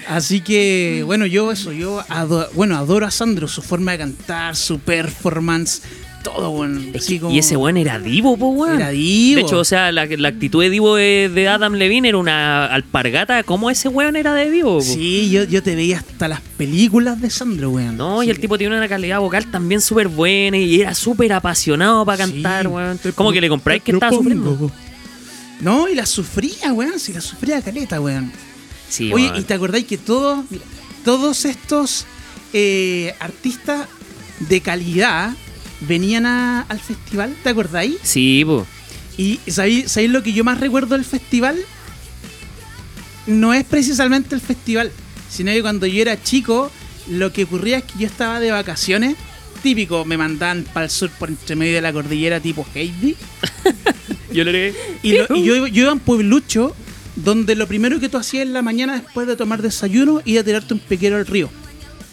Así que, bueno, yo eso, yo ado- bueno, adoro a Sandro, su forma de cantar, su performance, todo, weón.
Es
Así
que-
como-
Y ese weón era divo, po, weón.
Era divo.
De hecho, o sea, la, la actitud de divo de, de Adam Levine era una alpargata. ¿Cómo ese weón era de divo, po?
Sí, yo, yo te veía hasta las películas de Sandro, weón.
No, y
Sí.
el tipo tiene una calidad vocal también súper buena y era súper apasionado para cantar,
Sí.
weón.
Te
Como
pro-
que le compráis
te
que estaba
propongo.
sufriendo.
No, y la sufría, weón. Sí, la sufría caleta, weón.
Sí,
Oye,
weón.
¿y te acordáis que todos, mira, todos estos eh, artistas de calidad venían a- al festival? ¿Te acordáis?
Sí, po.
¿Y sabéis, sabéis lo que yo más recuerdo del festival? No es precisamente el festival, sino que cuando yo era chico, lo que ocurría es que yo estaba de vacaciones. Típico, me mandaban para el sur por entre medio de la cordillera tipo Heidi.
Yo le
Y, lo- y yo, yo iba a un pueblucho donde lo primero que tú hacías en la mañana después de tomar desayuno iba a tirarte un pequero al río.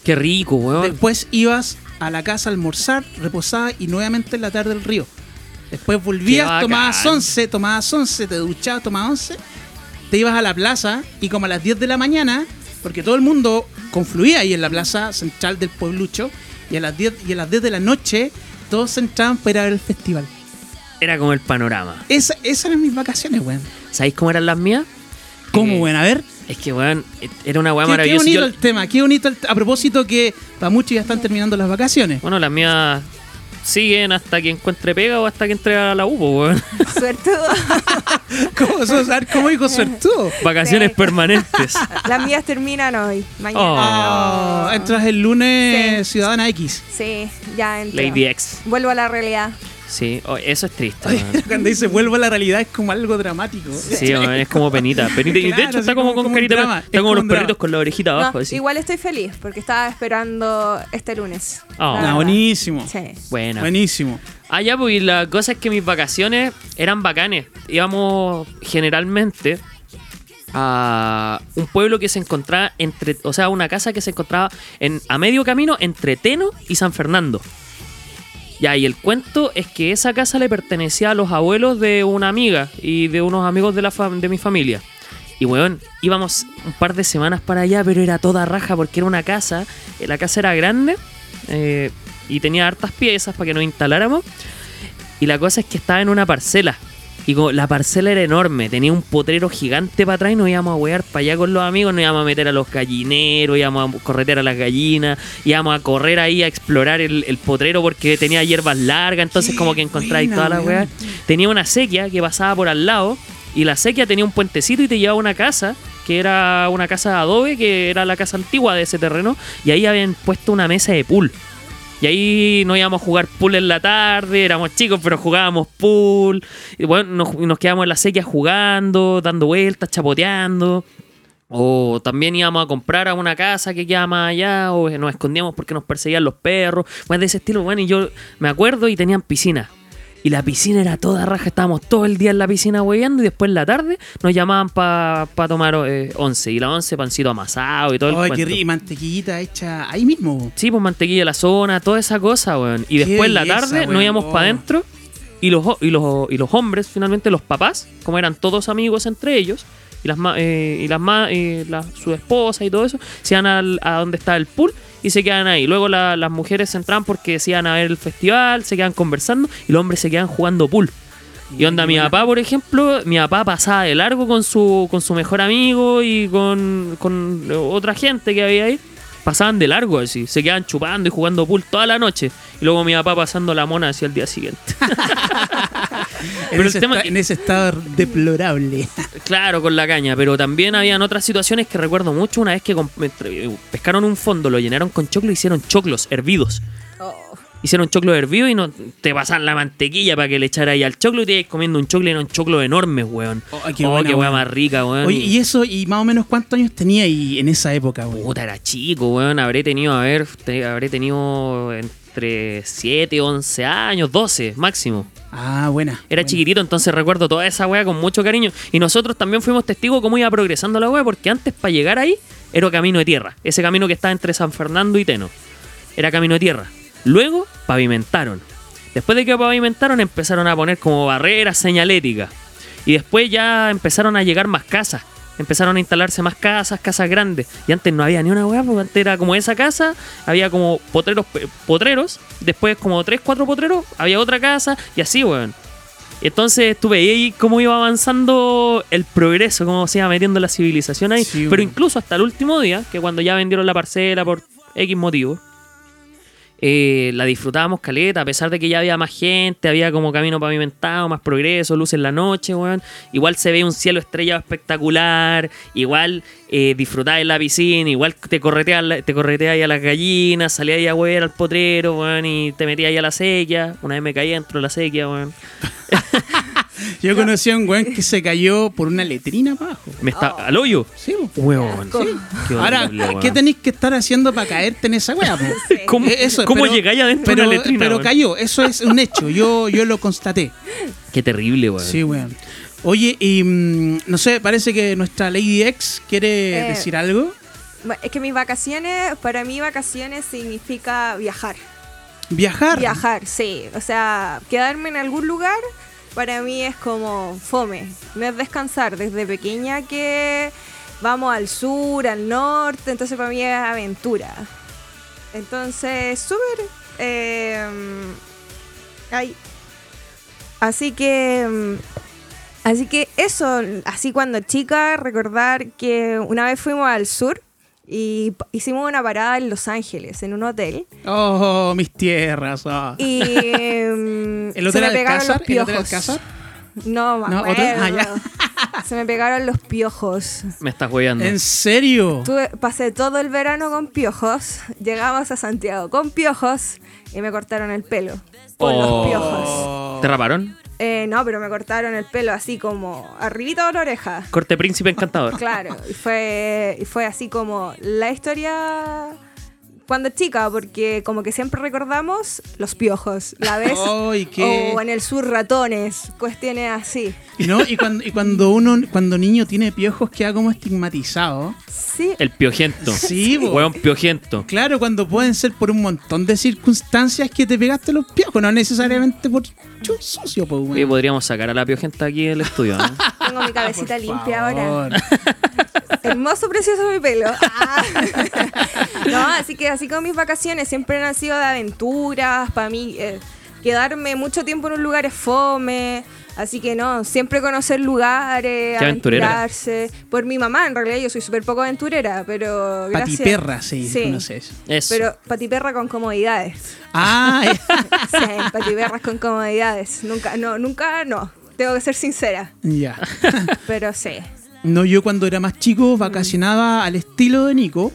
Qué rico, weón.
Después ibas a la casa a almorzar, reposabas y nuevamente en la tarde al río. Después
Qué
volvías,
bacán.
tomabas 11, tomabas 11, te duchabas, tomabas 11, te ibas a la plaza y como a las 10 de la mañana, porque todo el mundo confluía ahí en la plaza central del pueblucho, y a las 10, y a las 10 de la noche todos se entraban para ir a ver el festival.
Era como el panorama.
Esa, esas eran mis vacaciones, weón.
¿Sabéis cómo eran las mías?
¿Cómo,
Eh,
weón? A ver.
Es que, weón, eh, era una weá
Qué- Qué,
maravillosa.
bonito
Yo-
el tema, qué bonito. el- a propósito que para muchos ya están terminando las vacaciones.
bueno, las mías siguen hasta que encuentre pega o hasta que entre a la U, po, weón.
Suerte.
¿Cómo sos? A ver, ¿Cómo dijo suertudo?
Vacaciones
Sí.
permanentes.
Las mías terminan hoy.
Ah,
Oh.
Mañana.
entras el lunes
Sí.
Ciudadana X.
Sí, ya entro.
Lady X.
Vuelvo a la realidad.
Sí, oh, eso es triste,
Ay,
weón.
Cuando dice vuelvo a la realidad es como algo dramático.
Sí, weón, es como penita. Penita. y de
Claro, así
hecho, está
como-
como, con
como un
carita.
drama,
Está
es
como
como
los
un drama.
perritos con la orejita abajo.
No,
así.
igual estoy feliz porque estaba esperando este lunes.
Ah.
la
Ah,
verdad.
buenísimo.
Sí.
Buena.
Buenísimo.
Ah, ya, pues y la cosa es que mis vacaciones eran bacanes. Íbamos generalmente a un pueblo que se encontraba entre. O sea, una casa que se encontraba en, a medio camino entre Teno y San Fernando. Ya, y el cuento es que esa casa le pertenecía a los abuelos de una amiga y de unos amigos de, la fam- de mi familia. Y weón, íbamos un par de semanas para allá, pero era toda raja porque era una casa. eh, La casa era grande eh, y tenía hartas piezas para que nos instaláramos. Y la cosa es que estaba en una parcela. Y como la parcela era enorme, tenía un potrero gigante para atrás y nos íbamos a wear para allá con los amigos, nos íbamos a meter a los gallineros, íbamos a corretear a las gallinas, íbamos a correr ahí a explorar el, el potrero porque tenía hierbas largas, entonces
Qué
como que encontráis
buena,
todas las
weón.
weas. Tenía una sequía que pasaba por al lado y la sequía tenía un puentecito y te llevaba a una casa que era una casa de adobe, que era la casa antigua de ese terreno, y ahí habían puesto una mesa de pool. Y ahí no íbamos a jugar pool en la tarde, éramos chicos, pero jugábamos pool. Y bueno, nos, nos quedábamos en la sequía jugando, dando vueltas, chapoteando. O también íbamos a comprar a una casa que quedaba más allá, o nos escondíamos porque nos perseguían los perros. Más de ese estilo, bueno, y yo me acuerdo y tenían piscina. Y la piscina era toda raja, estábamos todo el día en la piscina hueveando y después en la tarde nos llamaban para tomar eh, once. Y la once, pancito amasado y todo el
Ay, qué
cuento.
rico. Y mantequillita hecha ahí mismo.
Sí, pues mantequilla de la zona, toda esa cosa, weón. Y
Qué
después en la
belleza,
tarde
weón.
nos íbamos
Oh.
para adentro y los, ho- y, los, y los hombres, finalmente los papás, como eran todos amigos entre ellos, y las ma- eh, y las ma- eh, la- su esposa y todo eso, se iban al- a donde está el pool y se quedan ahí. Luego la- las mujeres se entran porque se iban a ver el festival, se quedan conversando y los hombres se quedan jugando pool. Y onda, mi papá, por ejemplo, mi papá pasaba de largo con su, con su mejor amigo y con, con otra gente que había ahí. Pasaban de largo así, se quedaban chupando y jugando pool toda la noche. Y luego mi papá pasando la mona hacia el día siguiente.
en,
el
ese
tema
esta-
que-
en ese estado deplorable.
claro, con la caña, pero también habían otras situaciones que recuerdo mucho. Una vez que comp- entre- pescaron un fondo, lo llenaron con choclo y hicieron choclos hervidos.
Oh,
hicieron choclo hervido y no te pasan la mantequilla para que le echara ahí al choclo y te ibas comiendo un choclo y era un choclo enorme, weón.
Oh,
Oh,
qué
qué,
buena,
weá
weón.
más rica, weón.
Oye, y eso, y más o menos cuántos años tenía ahí en esa época, güey.
Puta, era chico, weón. Habré tenido, a ver, te- habré tenido entre 7, 11 años, 12 máximo.
Ah, buena.
Era
buena.
chiquitito, entonces recuerdo toda esa weá con mucho cariño. Y nosotros también fuimos testigos cómo iba progresando la weá, porque antes para llegar ahí era camino de tierra. Ese camino que está entre San Fernando y Teno. Era camino de tierra. Luego pavimentaron. Después de que pavimentaron empezaron a poner como barreras señaléticas. Y después ya empezaron a llegar más casas. Empezaron a instalarse más casas, casas grandes. Y antes no había ni una weá, porque antes era como esa casa, había como potreros, pe- potreros, después como tres, cuatro potreros, había otra casa, y así, weón. Entonces tú veías ahí cómo iba avanzando el progreso, cómo se iba metiendo la civilización ahí.
Sí,
Pero
weón.
incluso hasta el último día, que cuando ya vendieron la parcela por X motivo, eh, la disfrutábamos caleta, a pesar de que ya había más gente, había como camino pavimentado, más progreso, luz en la noche, weón. Igual se ve un cielo estrellado espectacular, igual eh, disfrutáis en la piscina, igual te correteas, la- te correteas ahí a las gallinas, salías ahí a huever al potrero, weón, y te metías ahí a la sequía. Una vez me caí dentro de la sequía, weón.
Yo conocí a un güey que se cayó por una letrina abajo.
Me está al hoyo.
Sí, po.
Weón.
asco.
Qué
Ahora,
horrible, weón.
¿qué tenéis que estar haciendo para caerte en esa weá? po?
sé.
¿Cómo,
Eh, eso,
cómo
pero-
llegáis adentro
pero,
de una letrina?
Pero
weón?
cayó, eso es un hecho, yo, yo lo constaté.
Qué terrible, weón.
Sí, weón. Oye, y mm, no sé, parece que nuestra Lady X quiere
Eh.
decir algo.
Bueno, Es que mis vacaciones, para mí vacaciones significa viajar.
Viajar.
Viajar, sí. O sea, quedarme en algún lugar para mí es como fome. No es descansar. Desde pequeña que vamos al sur, al norte, entonces para mí es aventura. Entonces, súper. eh, ay. Así que. mm, Así que eso, así cuando chica, recordar que una vez fuimos al sur y p- hicimos una parada en Los Ángeles, en un hotel.
Oh, mis tierras. ah.
Y em,
¿El hotel
se me pegaron
Alcázar?
los
¿El hotel
piojos.
Alcázar?
No, me
No,
acuerdo.
¿otro? Ah,
Se me pegaron los piojos.
Me estás hueveando.
¿En serio?
Tuve- pasé todo el verano con piojos. Llegamos a Santiago con piojos y me cortaron el pelo. Por
Oh.
los piojos.
Oh.
¿Te raparon?
Eh, no, pero me cortaron el pelo así como arribita de la oreja.
Corte príncipe encantador.
Claro, y fue, y fue así como la historia cuando chica, porque como que siempre recordamos los piojos, la vez.
Ay, qué-
O en el sur ratones, cuestiones así.
Y ¿No? Y cuando, y cuando uno, cuando niño tiene piojos, queda como estigmatizado.
Sí,
El piojento.
Sí, bo.
Weón piojento.
Claro, cuando pueden ser por un montón de circunstancias que te pegaste los piojos, no necesariamente por chun socio, pues,
Oye,
weón.
podríamos sacar a la piojenta aquí del estudio, ¿no?
tengo mi cabecita
Ah, Por
limpia ahora.
favor.
Hermoso, precioso mi pelo. Ah. no, así que así con mis vacaciones siempre han sido de aventuras. Para mí, eh, quedarme mucho tiempo en un lugar es fome. Así que no, siempre conocer lugares,
Qué aventurera.
aventurarse. Por mi mamá, en realidad yo soy súper poco aventurera, pero gracias.
Patiperra, sí,
Sí.
conoces.
Eso.
Pero patiperra con comodidades.
Ah,
Sí, patiperras con comodidades. Nunca, no, nunca, no. Tengo que ser sincera,
ya.
pero sí.
No, yo cuando era más chico vacacionaba al estilo de Nico,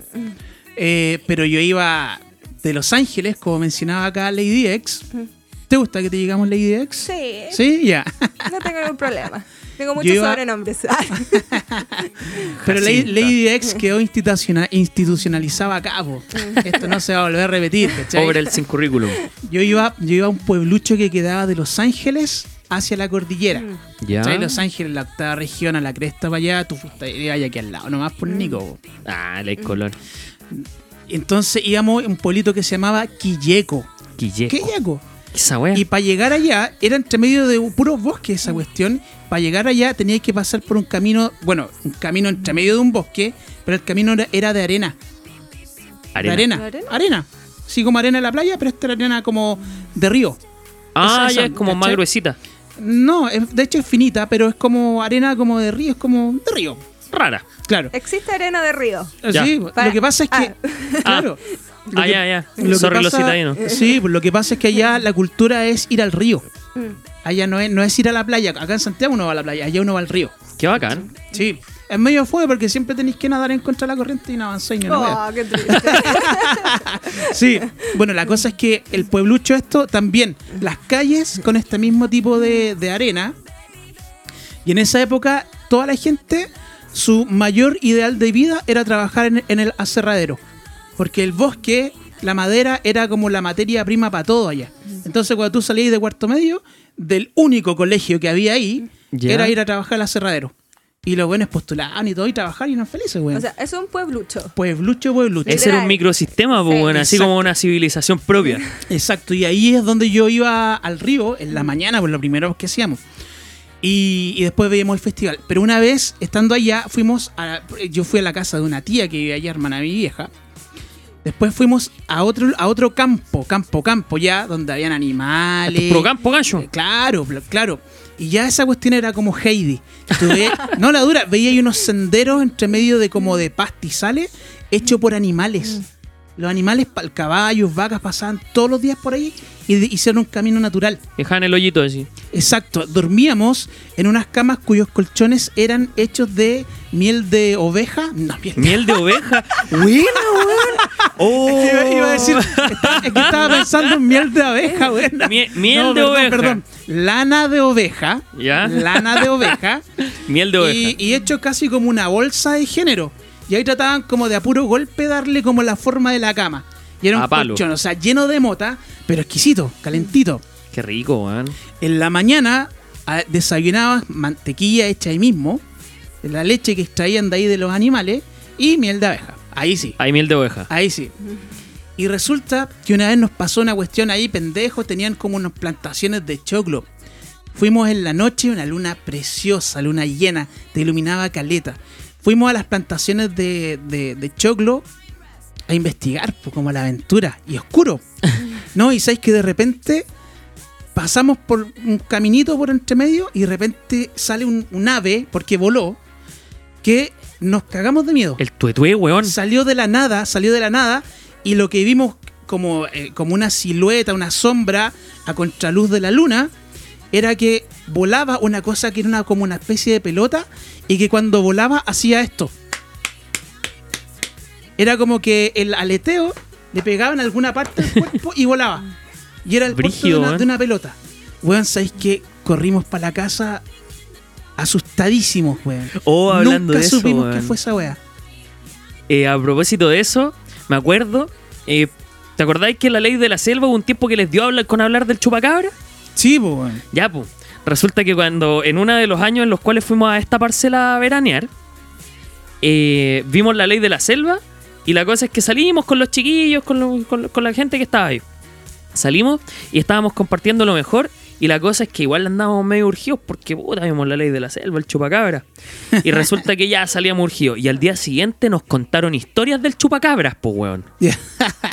eh, pero yo iba de Los Ángeles, como mencionaba acá Lady X. ¿Te gusta que te digamos Lady X?
Mm. Sí.
Sí, ya.
No tengo ningún problema. Tengo
Yo
muchos
iba-
sobrenombres.
Pero Lady,
Jacinta.
Lady X quedó instituciona- institucionalizada acá, po.
Mm.
Esto no se va a volver a repetir, ¿cachai?
Pobre el sin currículum.
Yo iba, yo iba a un pueblucho que quedaba de Los Ángeles hacia la cordillera.
Ya.
¿Cachai? Los Ángeles, la octava región, a la cresta para allá, tú fuiste ibas aquí al lado, nomás por Nico. po.
Ah, el color.
Entonces íbamos a un pueblito que se llamaba Quilleco.
Quilleco. Eh.
Quilleco.
Esa wea.
Y para llegar allá, era entre medio de puros bosques esa cuestión. Para llegar allá tenías que pasar por un camino, bueno, un camino entre medio de un bosque, pero el camino era, era de arena.
Arena.
De arena.
¿De
arena.
arena?
Sí, como arena en la playa, pero esta era arena como de río.
Ah,
Esa-
ya
esa,
es como más
¿cachai?
gruesita.
No, es- de hecho es finita, pero es como arena como de río, es como de río.
Rara.
Claro.
Existe arena de río.
Eh, Ya.
Sí,
Para-
lo que pasa es que.
Ah.
Claro. Lo
Ah,
que-
ya, ya.
lo que
Sorry, los
pasa-
italianos.
Sí, pues lo que pasa es que allá la cultura es ir al río.
Mm.
Allá no es, no es ir a la playa. Acá en Santiago uno va a la playa, allá uno va al río.
Qué bacán.
Sí. Es medio fuego porque siempre tenéis que nadar en contra de la corriente y no avanzáis ni una wea.
Oh, qué triste.
Sí, bueno, la cosa es que el pueblucho esto también, las calles con este mismo tipo de, de arena. Y en esa época, toda la gente, su mayor ideal de vida era trabajar en, en el aserradero. Porque el bosque, la madera, era como la materia prima para todo allá. Entonces, cuando tú salías de cuarto medio, del único colegio que había ahí,
Ya.
era ir a trabajar al aserradero. Y los buenos postulaban y todo, y trabajar y eran felices, güey.
O sea, es un pueblucho.
pueblucho, pueblucho.
Ese era un
Literal.
microsistema, pues,
Sí.
bueno, así
Exacto.
como una civilización propia.
Exacto, y ahí es donde yo iba al río en la mañana, por lo primero que hacíamos. Y, y después veíamos el festival. Pero una vez, estando allá, fuimos a, yo fui a la casa de una tía que vivía allá, hermana de mi vieja. Después fuimos a otro, a otro campo, campo, campo ya, donde habían animales.
Pro campo, gallo.
Eh, Claro, pl- claro. Y ya esa cuestión era como Heidi. Tú ve- no la dura, veía ahí unos senderos entre medio de como de pastizales hechos por animales. Los animales, pal- caballos, vacas, pasaban todos los días por ahí y de- hicieron un camino natural.
Dejaban el hoyito así.
Exacto, dormíamos en unas camas cuyos colchones eran hechos de miel de oveja. No, miel de
Miel de oveja.
Buena, weón.
Oh.
Es que iba a decir, está- es que estaba pensando en miel de abeja, weón.
Mie- miel de
perdón,
oveja.
Perdón, lana de oveja.
Ya.
Lana de oveja.
Miel de oveja.
y, y hecho casi como una bolsa de género. Y ahí trataban como de a puro golpe darle como la forma de la cama. Y era
A
un
palo.
colchón, o sea, lleno de mota, pero exquisito, calentito.
Qué rico, weón.
En la mañana a- desayunabas mantequilla hecha ahí mismo, la leche que extraían de ahí de los animales y miel de abeja. Ahí sí.
Hay miel de oveja.
Ahí sí. Y resulta que una vez nos pasó una cuestión ahí, pendejos, tenían como unas plantaciones de choclo. Fuimos en la noche, una luna preciosa, luna llena, te iluminaba caleta. Fuimos a las plantaciones de, de- de choclo a investigar, pues, como la aventura, y oscuro. ¿No? Y sabéis que de repente pasamos por un caminito por entre medio y de repente sale un, un ave, porque voló, que nos cagamos de miedo
El tuetue, weón.
salió de la nada, salió de la nada y lo que vimos como, eh, como una silueta, una sombra a contraluz de la luna, era que volaba una cosa que era una, como una especie de pelota y que cuando volaba hacía esto. Era como que el aleteo le pegaba en alguna parte del cuerpo y volaba. Y era el porte de
Brígido,
una,
¿eh?
de una pelota. Weón, ¿sabéis que corrimos para la casa asustadísimos, weón?
Oh, hablando
Nunca
de eso,
supimos qué
weón.
fue esa weá.
Eh, a propósito de eso, me acuerdo. eh, ¿Te acordáis que la ley de la selva hubo un tiempo que les dio a hablar con hablar del chupacabra?
Sí, po, weón.
Ya, pues. Resulta que cuando, en uno de los años en los cuales fuimos a esta parcela a veranear, eh, vimos la ley de la selva y la cosa es que salimos con los chiquillos, con, lo- con lo- con la gente que estaba ahí. Salimos y estábamos compartiendo lo mejor
Y la cosa es que igual andábamos medio urgidos porque puta, vimos la ley de la selva, el chupacabra. Y resulta que ya salíamos urgidos. Y al día siguiente nos contaron historias del chupacabras, pues weón.
Ya.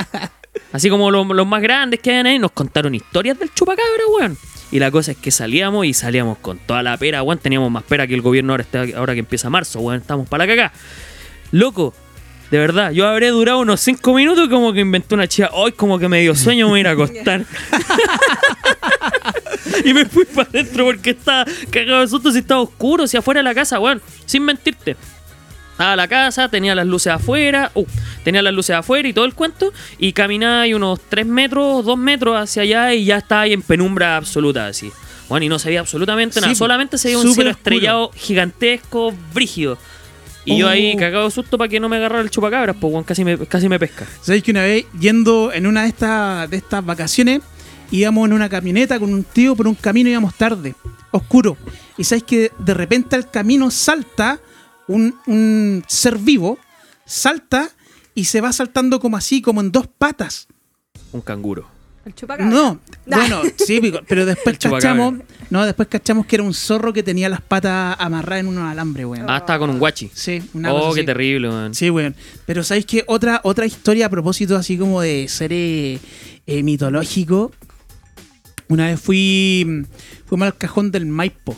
Así como lo- los más grandes que hay ahí, nos contaron historias del chupacabra, weón. Y la cosa es que salíamos y salíamos con toda la pera, weón. Teníamos más pera que el gobierno ahora, está, ahora que empieza marzo, weón. Estamos para la cagá. Loco, de verdad, yo habré durado unos 5 minutos y como que inventé una chica. Hoy como que me dio sueño, me voy a ir a acostar. y me fui para adentro porque estaba cagado de susto si estaba oscuro, si afuera de la casa, weón. Sin mentirte a la casa, tenía las luces afuera, uh, tenía las luces afuera y todo el cuento, y caminaba ahí unos 3 metros, 2 metros hacia allá y ya estaba ahí en penumbra absoluta así. Bueno, y no se veía absolutamente nada,
Sí,
solamente se veía un
súper
cielo
oscuro.
estrellado gigantesco, brígido. Y yo ahí
Oh.
cagado de susto para que no me agarrara el chupacabras, pues weón, casi me, casi me pesca.
Sabéis que una vez, yendo en una de estas, de estas vacaciones, íbamos en una camioneta con un tío por un camino, íbamos tarde, oscuro. Y sabéis que de repente al camino salta un, un ser vivo, salta y se va saltando como así, como en dos patas.
Un canguro.
El chupacabra.
No,
Ah.
bueno, sí, pico, pero después
El chupacabra.
cachamos, no, después cachamos que era un zorro que tenía las patas amarradas en unos alambres, weón.
Ah, estaba con un guachi.
Sí, una
Oh,
cosa
qué
así.
terrible, weón.
Sí, weón. Pero ¿sabéis qué? Otra, otra historia a propósito así como de ser eh, eh, mitológico. Una vez fui, mm, fuimos al cajón del Maipo.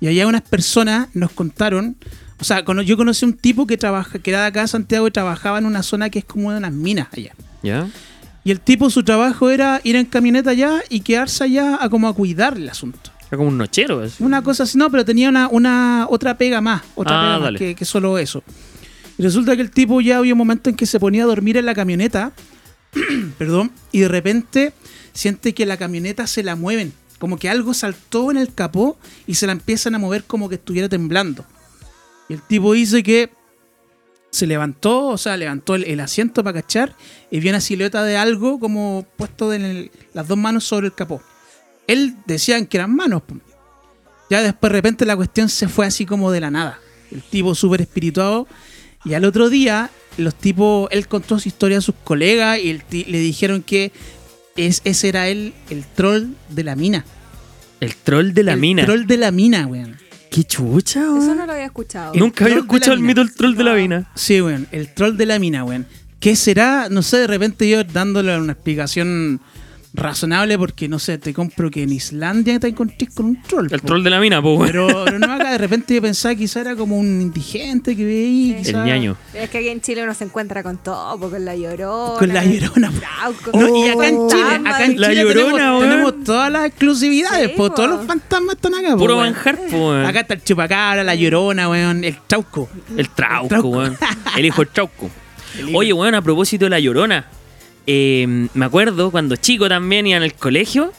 Y allá unas personas nos contaron... O sea, cono- yo conocí un tipo que, trabaja, que era de acá de Santiago y trabajaba en una zona que es como de unas minas allá.
¿Ya?
Y el tipo, su trabajo era ir en camioneta allá y quedarse allá a como a cuidar el asunto.
Era como un nochero. es.
Una cosa así, no, pero tenía una, una otra pega más, otra
Ah,
pega más
dale.
que, que solo eso. Y resulta que el tipo ya había un momento en que se ponía a dormir en la camioneta, perdón, y de repente siente que la camioneta se la mueven, como que algo saltó en el capó y se la empiezan a mover como que estuviera temblando. Y el tipo dice que se levantó, o sea, levantó el, el asiento para cachar y vio una silueta de algo como puesto en el- las dos manos sobre el capó. Él decían que eran manos. po. Ya después de repente la cuestión se fue así como de la nada. El tipo súper espirituado. Y al otro día, los tipos, él contó su historia a sus colegas y el ti- le dijeron que es, ese era él, el troll de la mina.
El troll de la
el
mina.
troll de la mina, weón.
Qué chucha,
Eso
weón.
no lo había escuchado.
No.
Nunca había
troll de la
escuchado el
mina.
mito del troll de la mina.
Sí, weón, el troll de la mina, weón. ¿Qué será? No sé, de repente yo dándole una explicación razonable porque, no sé, te compro que en Islandia te encontrés con un troll.
El
po.
troll de la mina, pues, weón.
Pero, pero no acá, de repente yo pensaba que quizá era como un indigente que veía.
Sí.
El ñaño.
Es que aquí en Chile uno se encuentra con todo, po, con la llorona.
Con la llorona.
Trauco, Oh,
No, y acá en
con
Chile,
Tamba,
acá en
La
Chile
Llorona,
tenemos,
weón.
tenemos todas las exclusividades,
Sí,
po,
po.
todos los fantasmas están acá. po,
Puro
weón.
manjar, pues, weón.
Acá está el chupacabra, la llorona, weón, el trauco.
El trauco,
El Trauco.
weón. El hijo del trauco.
El hijo.
Oye, weón, a propósito de la llorona. eh, me acuerdo cuando chico también iba en el colegio.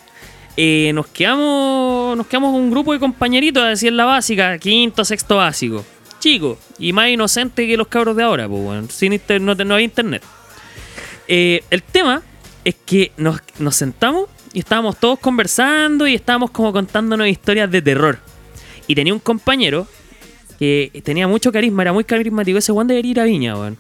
eh, nos quedamos. Nos quedamos un grupo de compañeritos así en la básica, quinto, sexto básico. Chico. Y más inocente que los cabros de ahora, pues weón. Sin inter- no, te- no había internet. Eh, el tema es que nos, nos sentamos y estábamos todos conversando y estábamos como contándonos historias de terror. Y tenía un compañero que tenía mucho carisma, era muy carismático. Ese Juan debería ir a Viña, weón.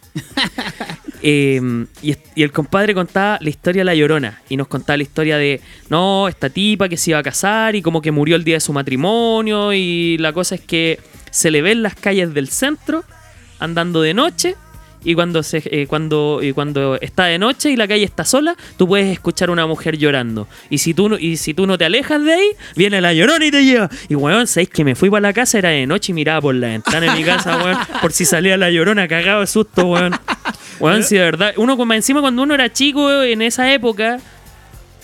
Eh, y, y el compadre contaba la historia de la llorona. Y nos contaba la historia de, no, esta tipa que se iba a casar y como que murió el día de su matrimonio. Y la cosa es que se le ve en las calles del centro andando de noche. Y cuando, se, eh, cuando, y cuando está de noche y la calle está sola, tú puedes escuchar a una mujer llorando. Y si tú no, y si tú no te alejas de ahí, viene la llorona y te lleva. Y weón, sabéis que me fui para la casa, era de noche y miraba por la ventana de mi casa, weón, por si salía la llorona cagado de susto, weón. Weón, si de verdad, uno como encima cuando uno era chico en esa época,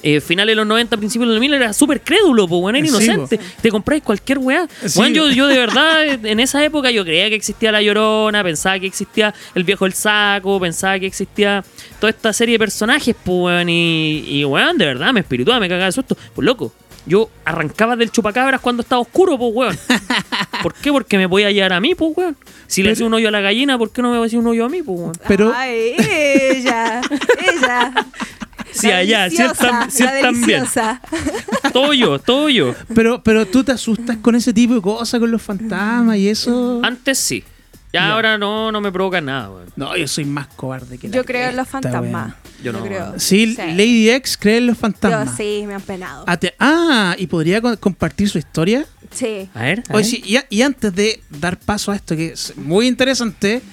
eh, finales de los 90, principios de los 2000, era súper crédulo, pues, weón, era
Sí, po.
inocente. Te compráis cualquier weá.
Sí,
Weón, yo,
po.
yo de verdad, eh, en esa época yo creía que existía La Llorona, pensaba que existía El Viejo El Saco, pensaba que existía toda esta serie de personajes, pues, weón, y, y, weón, de verdad, me espirituaba, me cagaba de susto. Pues, loco, yo arrancaba del chupacabras cuando estaba oscuro, pues, weón. ¿Por qué? Porque me voy a llevar a mí, pues, weón. Si le
Pero-
hacía un hoyo a la gallina, ¿por qué no me va a hacer un hoyo a mí, pues, weón?
Pero-
Ay, ella, ella.
Sí,
La
allá, sí,
deliciosa,
tam- sí,
la
también.
deliciosa.
Todo yo, todo yo. Ah,
Pero, pero tú te asustas con ese tipo de cosas, con los fantasmas y eso.
Antes sí.
Ya ahora no, no me provoca nada, weón.
No, yo soy más cobarde que la
Yo creo en los
cresta,
fantasmas.
weón. Yo no,
creo.
weón.
weón. Sí, Lady X cree en los
Yo
fantasmas.
sí, me han penado.
Ate- ah, ¿y podría co- compartir su historia?
Sí.
A ver. a
Oye,
ver.
sí, y, a- y antes de dar paso a esto, que es muy interesante,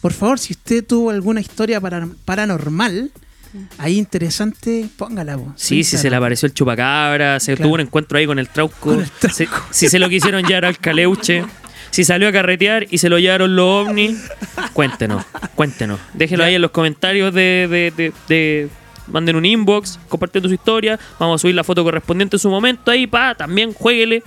por favor, si usted tuvo alguna historia para- paranormal, ahí interesante, póngala vos.
Mm. Sí, si se le
Instagram.
apareció el chupacabra, se
Claro.
tuvo un encuentro ahí con el trauco,
Con el Trauco.
se- si se lo quisieron llevar al caleuche, si salió a carretear y se lo llevaron los ovnis, cuéntenos, cuéntenos. Déjenlo ahí en los comentarios de, de- de- de- Manden un inbox compartiendo su historia. Vamos a subir la foto correspondiente en su momento ahí, pa, también jueguele.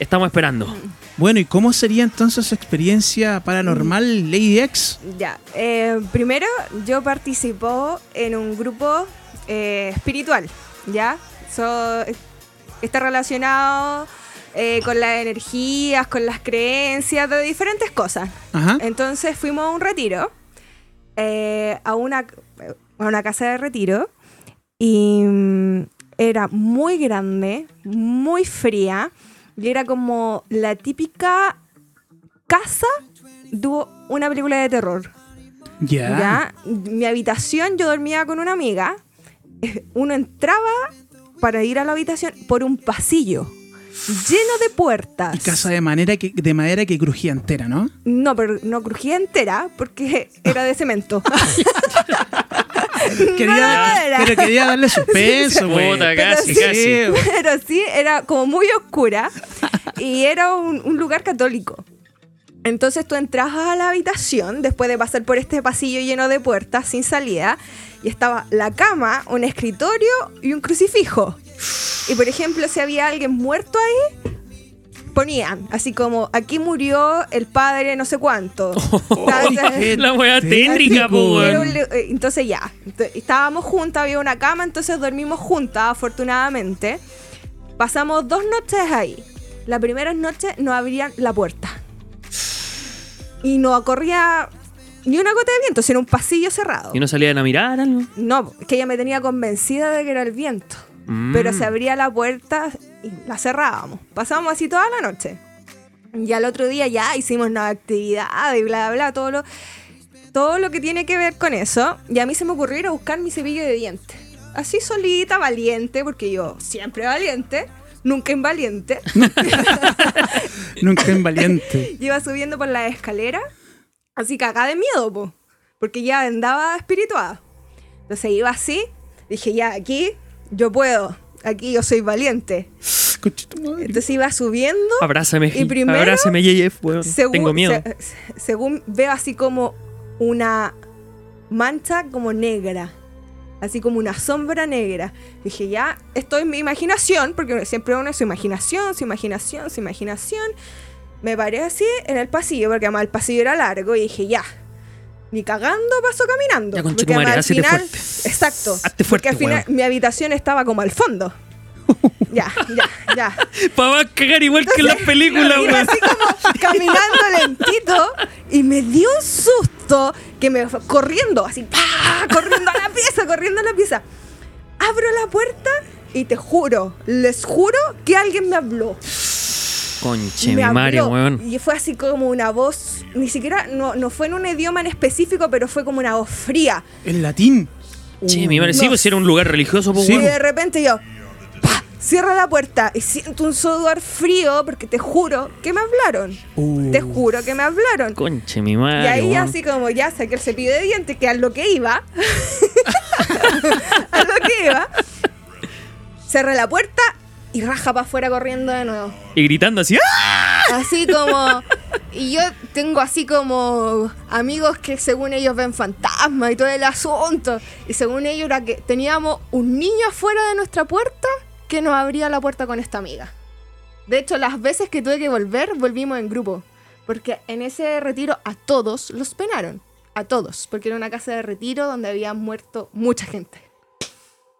Estamos esperando.
Bueno, ¿y cómo sería entonces su experiencia
Mm.
paranormal, Lady X?
Ya. Eh, primero, yo participo en un grupo eh, espiritual, ¿ya? So- está relacionado eh, con las energías, con las creencias, de diferentes cosas.
Ajá.
Eh,
Entonces fuimos a un retiro, eh, a, una, a una casa de retiro, y mm, era muy grande, muy fría, y era como la típica casa de una película de terror.
Ya.
¿ya? Mi habitación, yo dormía con una amiga, eh, uno entraba para ir a la habitación por un pasillo lleno de puertas.
Y casa de, manera que, de madera que crujía entera, ¿no?
No, pero no crujía entera porque era de cemento.
Quería,
era.
pero quería darle suspenso, güey.
Puta, casi,
Sí,
casi.
güey.
pero sí, era como muy oscura y era un, un lugar católico. Entonces tú entras a la habitación después de pasar por este pasillo lleno de puertas sin salida y estaba la cama, un escritorio y un crucifijo. Y por ejemplo, si había alguien muerto ahí, ponían así como aquí murió el padre no sé cuánto. Entonces-
qué
La wea tétrica, po,
Era
weón.
un le- eh, entonces ya, ent- estábamos juntas, había una cama, entonces dormimos juntas, afortunadamente. Pasamos dos noches ahí. La primera noche no abrían la puerta. Y no corría ni una gota de viento, sino un pasillo cerrado.
Y no salían a mirar algo.
No, que ella me tenía convencida de que era el viento.
Mm.
Pero se abría la puerta y la cerrábamos. Pasábamos así toda la noche. Y al otro día ya hicimos una actividad y bla, bla, bla, todo lo, todo lo que tiene que ver con eso. Y a mí se me ocurrió ir a buscar mi cepillo de dientes. Así solita, valiente, porque yo siempre valiente, nunca invaliente.
Nunca invaliente.
Yo iba subiendo por la escalera, así cagada de miedo, po, porque ya andaba espirituada. Entonces iba así, dije, ya, aquí yo puedo, aquí yo soy valiente.
Concha tu madre.
Entonces iba subiendo,
Abrázame,
Y primero,
abrázame, Yeyef, weón.
según,
Tengo miedo.
se- se- según veo así como una mancha como negra, así como una sombra negra. Dije, ya, esto es mi imaginación, porque siempre uno es su imaginación, su imaginación, su imaginación. Me paré así en el pasillo, porque además el pasillo era largo, y dije, ya. Ni cagando paso caminando.
Ya, conchetumare,
porque además al
hácete
final.
fuerte.
Exacto.
Hazte fuerte,
porque al final mi habitación estaba como al fondo. ya, ya, ya.
Papá, cagar igual que en las películas,
Iba
weón.
así como caminando lentito y me dio un susto que me fue corriendo, así, ¡pah! corriendo a la pieza, corriendo a la pieza. Abro la puerta y te juro, les juro que alguien me habló.
Conche, mi
me
Mario,
habló.
weón.
Y fue así como una voz, ni siquiera, no, no fue en un idioma en específico, pero fue como una voz fría.
En latín.
Che, mi Mario,
no.
sí, pues era un lugar religioso, po,
Sí, pues.
Y
weón.
de repente yo, ¡pah! cierro la puerta y siento un sudor frío porque te juro que me hablaron.
Uh.
Te juro que me hablaron.
Conche, mi
Y
Mario.
ahí
weón.
así como ya saqué el cepillo de dientes, que a lo que iba, a lo que iba, cerré la puerta y raja para afuera corriendo de nuevo.
Y gritando así. ¡Ah!
Así como... Y yo tengo así como amigos que según ellos ven fantasmas y todo el asunto. Y según ellos era que teníamos un niño afuera de nuestra puerta que nos abría la puerta con esta amiga. De hecho, las veces que tuve que volver, volvimos en grupo. Porque en ese retiro a todos los penaron. A todos. Porque era una casa de retiro donde había muerto mucha gente.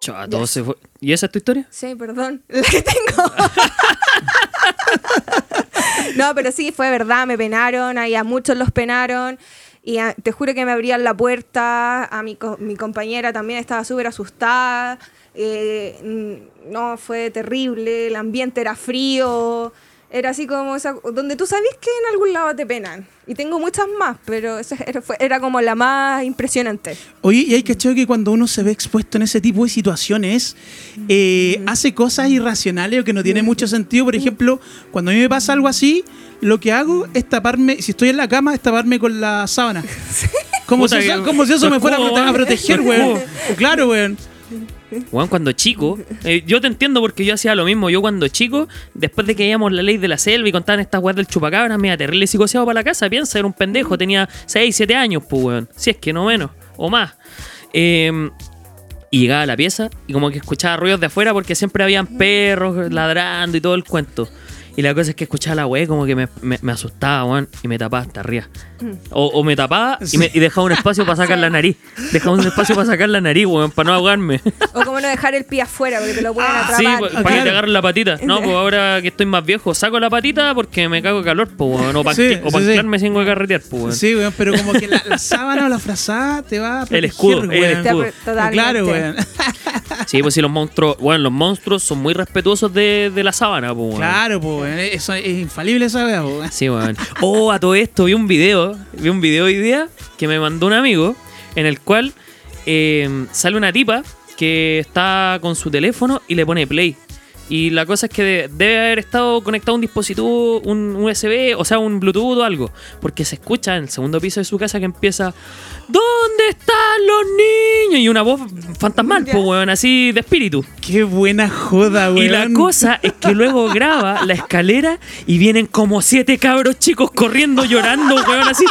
Chua, todo se fue. ¿Y esa es tu historia?
Sí, perdón. La que tengo. no, pero sí, fue verdad. Me penaron. ahí a muchos los penaron. Y a- te juro que me abrían la puerta. A mi, co- mi compañera también estaba súper asustada. eh, mm, no, fue terrible. El ambiente era frío. Era así como esa, donde tú sabías que en algún lado te penan. Y tengo muchas más, pero esa era, fue- era como la más impresionante.
Oye, y hay cachado que cuando uno se ve expuesto en ese tipo de situaciones, eh, hace cosas irracionales o que no tiene mucho sentido. Por ejemplo, cuando a mí me pasa algo así, lo que hago es taparme, si estoy en la cama, es taparme con la sábana. Como,
Puta
si,
que-
eso, como si eso
lo
me fuera a
escudo,
prote- a
weón.
proteger,
Lo
weón.
escudo.
Claro, weón.
Weón, cuando chico, eh, yo te entiendo porque yo hacía lo mismo. Yo cuando chico, después de que veíamos la ley de la selva y contaban estas weas del chupacabras, me iba terrible psicoseado para la casa. Piensa, era un pendejo, tenía 6, 7 años, pues weón. Si es que no menos, o más. Eh, y llegaba a la pieza y como que escuchaba ruidos de afuera porque siempre habían perros ladrando y todo el cuento. Y la cosa es que escuchaba la wea y como que me, me- me asustaba, weón, y me tapaba hasta arriba. O, o me tapaba y, me- y dejaba un espacio para sacar la nariz. Dejaba un espacio para sacar la nariz, weón, para no ahogarme.
O como no dejar el pie afuera porque te lo pueden
Sí, pues.
atrapar.
pa-
Ah,
para que
claro.
te agarren la patita. No, pues ahora que estoy más viejo, saco la patita porque me cago de calor, pues, weón. O para
Sí, sí, sí.
anclarme sin carretear, pues, weón.
Sí, weón, pero como que la, la sábana o la frazada te va a proteger,
El escudo, el
weón.
Te
escudo.
apre- totalmente.
Claro, weón.
Sí, pues sí, los monstruos, bueno, los monstruos son muy respetuosos de, de la sábana, pues, weón.
Claro, po, weón. Eso es infalible esa weá, po, weón.
Sí, weón. Oh, a todo esto, vi un video, vi un video hoy día que me mandó un amigo en el cual eh, sale una tipa que está con su teléfono y le pone play. Y la cosa es que de- debe haber estado conectado un dispositivo, un USB, o sea, un Bluetooth o algo. Porque se escucha en el segundo piso de su casa que empieza, ¿dónde están los niños? Y una voz fantasmal,
Ya.
pues, weón, así de espíritu.
Qué buena joda, weón.
Y la cosa es que luego graba la escalera y vienen como siete cabros chicos corriendo, llorando, weón, así.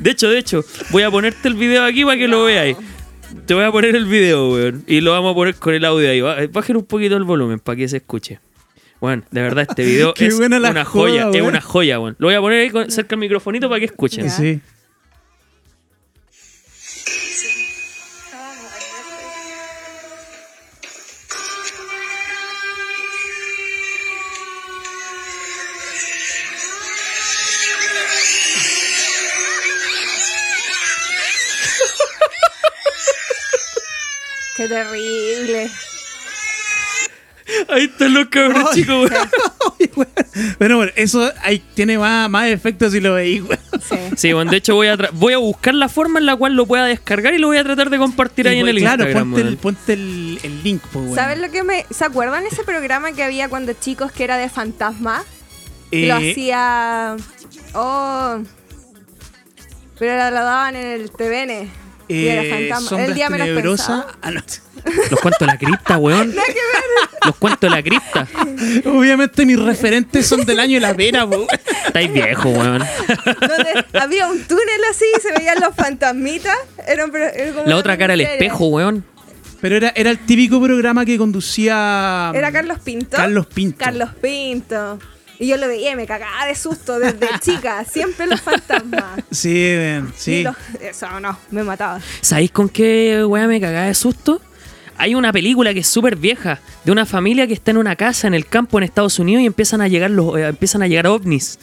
De hecho, de hecho, voy a ponerte el video aquí para que lo veáis. Te voy a poner el video, weón. Y lo vamos a poner con el audio ahí. Ba- Bajen un poquito el volumen para que se escuche. Bueno, de verdad, este video
Qué
es
buena la
una
joda,
joya. es
weón.
una joya, weón. Lo voy a poner ahí con- cerca al microfonito para que escuchen.
Ya.
Sí.
Qué terrible.
Ahí están los cabros
Ay.
chicos, weón.
Ay, weón. Bueno, bueno, eso ahí tiene más, más efectos si lo veis, weón.
Sí.
Sí, bueno, de hecho voy a, tra- voy a buscar la forma en la cual lo pueda descargar y lo voy a tratar de compartir ahí
Y,
en
weón,
el
claro,
Instagram.
ponte, el,
weón.
ponte el, el link, po, weón.
¿Saben lo que me.? ¿Se acuerdan ese programa que había cuando chicos que era de fantasma? Y Lo
Eh,
hacía. Oh. Pero la lo daban en el TVN. y era
eh,
fantasma.
Sombras
El día menos
Tenebrosas.
pensado.
Ah, no.
Los cuentos de la cripta, weón. Los cuentos de la cripta.
Obviamente mis referentes son del año de la pera, po, weón.
Estáis viejo, weón.
Donde había un túnel así y se veían los fantasmitas. Era un pro- era como
La
una
otra cara al
miniserie.
espejo, weón.
Pero era, era el típico programa que conducía. mm,
Era Carlos Pinto.
Carlos Pinto.
Carlos Pinto. Y yo lo veía y me cagaba de susto desde chica. Siempre los fantasmas.
Sí, weón,
Y
sí.
los- eso no, me mataba.
¿Sabéis con qué weón me cagaba de susto? Hay una película que es súper vieja, de una familia que está en una casa en el campo en Estados Unidos y empiezan a llegar los, eh, empiezan a llegar ovnis.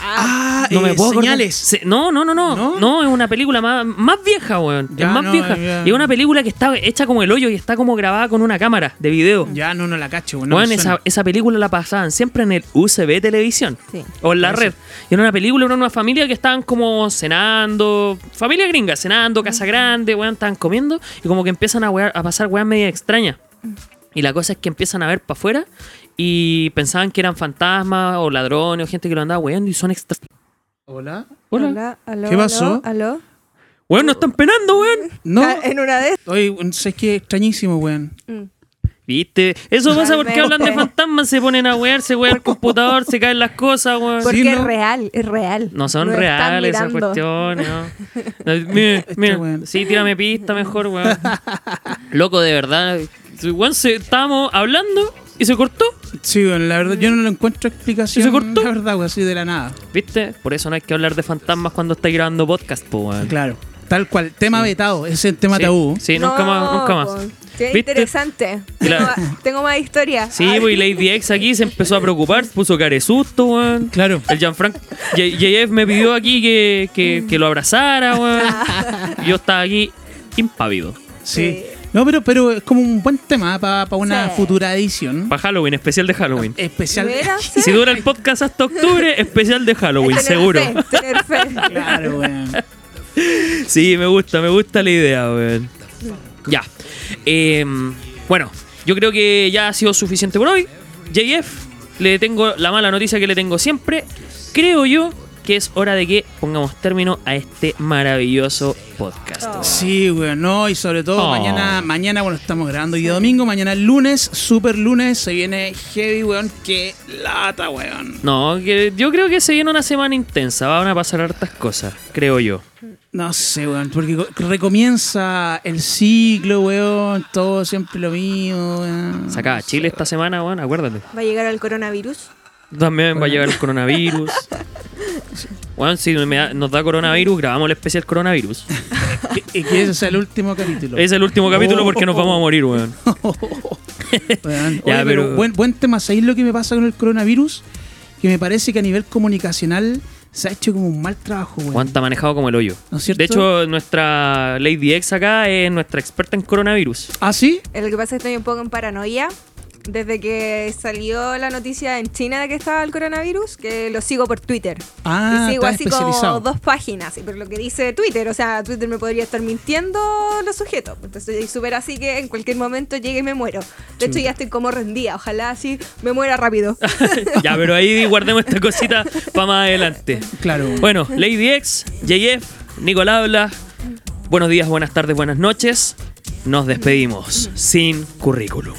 Ah,
No me
eh,
puedo acordar.
señales.
Se- no, no, no, no,
¿No?
no. es una película más, más vieja, weón.
Ya,
es más
no,
vieja.
ya.
Y es una película que está hecha como el hoyo y está como grabada con una cámara de video.
Ya no, no la cacho, weón. no
Weón,
me
esa,
suena.
esa película la pasaban siempre en el UCB Televisión.
Sí.
O en la red. Y era una película, era una familia que estaban como cenando. Familia gringa, cenando, casa grande, weón, estaban comiendo. Y como que empiezan a, wear- a pasar weas media extrañas. Y la cosa es que empiezan a ver para afuera y pensaban que eran fantasmas o ladrones o gente que lo andaba weando y son extra.
Hola.
Hola.
aló,
¿Qué pasó?
aló, aló.
Weón, no están penando, weón.
No.
Ah, En una de
Oye, weón, ¿sabes qué? Extrañísimo, weón.
Viste, eso pasa porque
Realmente.
hablan de fantasmas, se ponen a wear, se wea el computador, se caen las cosas, weón.
Porque
Sí,
es
¿no?
real, es real.
No son
Lo están
reales esas
mirando.
cuestiones, ¿no? No, mira, mira,
Este weón.
sí, tírame pista mejor, weón. Loco, de verdad. Weón, se- estábamos hablando y se cortó,
Sí, weón, la verdad, yo no le encuentro explicación.
¿Y se cortó?
La verdad, weón, así de la nada.
¿viste? Por eso no hay que hablar de fantasmas cuando estáis grabando podcast, po, weón.
Claro. Tal cual. Tema vetado, ese es el tema
Sí,
tabú.
Sí, nunca
No,
más, nunca más.
po. Qué
¿Viste?
interesante.
Y la-
Tengo, más- tengo más historia.
Sí,
Ay,
pues, y Lady X aquí se empezó a preocupar, puso caresusto, weón.
Claro.
El Gianfranco. J- JF me pidió aquí que, que- que lo abrazara, weón. Yo estaba aquí impávido.
Sí.
Sí.
No, pero, pero es como un buen tema para una
Sí.
futura edición.
Para Halloween, especial de Halloween.
Especial.
Mira, sí.
Si dura el podcast hasta octubre, especial de Halloween,
Tener
seguro.
fe, tener fe.
Claro, weón.
Sí, me gusta, me gusta la idea, weón. Ya. Eh, bueno, yo creo que ya ha sido suficiente por hoy. JF, le tengo la mala noticia que le tengo siempre. Creo yo que es hora de que pongamos término a este maravilloso podcast.
Oh.
Sí, weón, no, y sobre todo
Oh.
mañana, mañana, bueno, estamos grabando hoy día domingo, mañana es lunes, super lunes, se viene heavy, weón, que lata, weón.
No, que yo creo que se viene una semana intensa. Van a pasar hartas cosas, creo yo.
No sé, weón, porque co- recomienza el ciclo, weón, todo siempre lo mismo, weón.
Sacaba Chile esta semana, bueno, acuérdate.
Va a llegar el coronavirus.
También va a llegar el coronavirus. Bueno, si me da- nos da coronavirus, grabamos el especial coronavirus.
Y, y que ese sea el último capítulo.
Es el último capítulo porque nos vamos a morir, weón.
Weón,
Ya,
oye, pero
pero-
buen, buen tema, ¿sabéis lo que me pasa con el coronavirus? Que me parece que a nivel comunicacional se ha hecho como un mal trabajo, weón.
Juan está manejado como el hoyo.
¿No es cierto?
De hecho, nuestra Lady X acá es nuestra experta en coronavirus.
¿Ah, sí?
Lo que pasa es que estoy un poco en paranoia. Desde que salió la noticia en China de que estaba el coronavirus, que lo sigo por Twitter.
Ah,
y sigo
estás
así como
especializado.
dos páginas, pero lo que dice Twitter, o sea, Twitter me podría estar mintiendo los sujetos. Entonces estoy súper así que en cualquier momento llegue y me muero. De hecho ya estoy como rendida, ojalá así me muera rápido.
ya, pero ahí guardemos esta cosita para más adelante.
Claro. weón.
Bueno, Lady X, JF, Nicolás habla. Buenos días, buenas tardes, buenas noches. Nos despedimos sin currículum.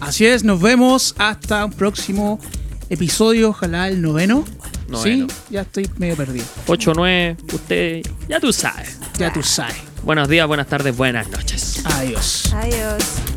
Así es, nos vemos hasta un próximo episodio, ojalá el noveno.
Noveno.
Sí, ya estoy medio perdido.
8, 9, usted ya tú sabes.
Ya tú sabes.
Buenos días, buenas tardes, buenas noches.
Adiós.
Adiós.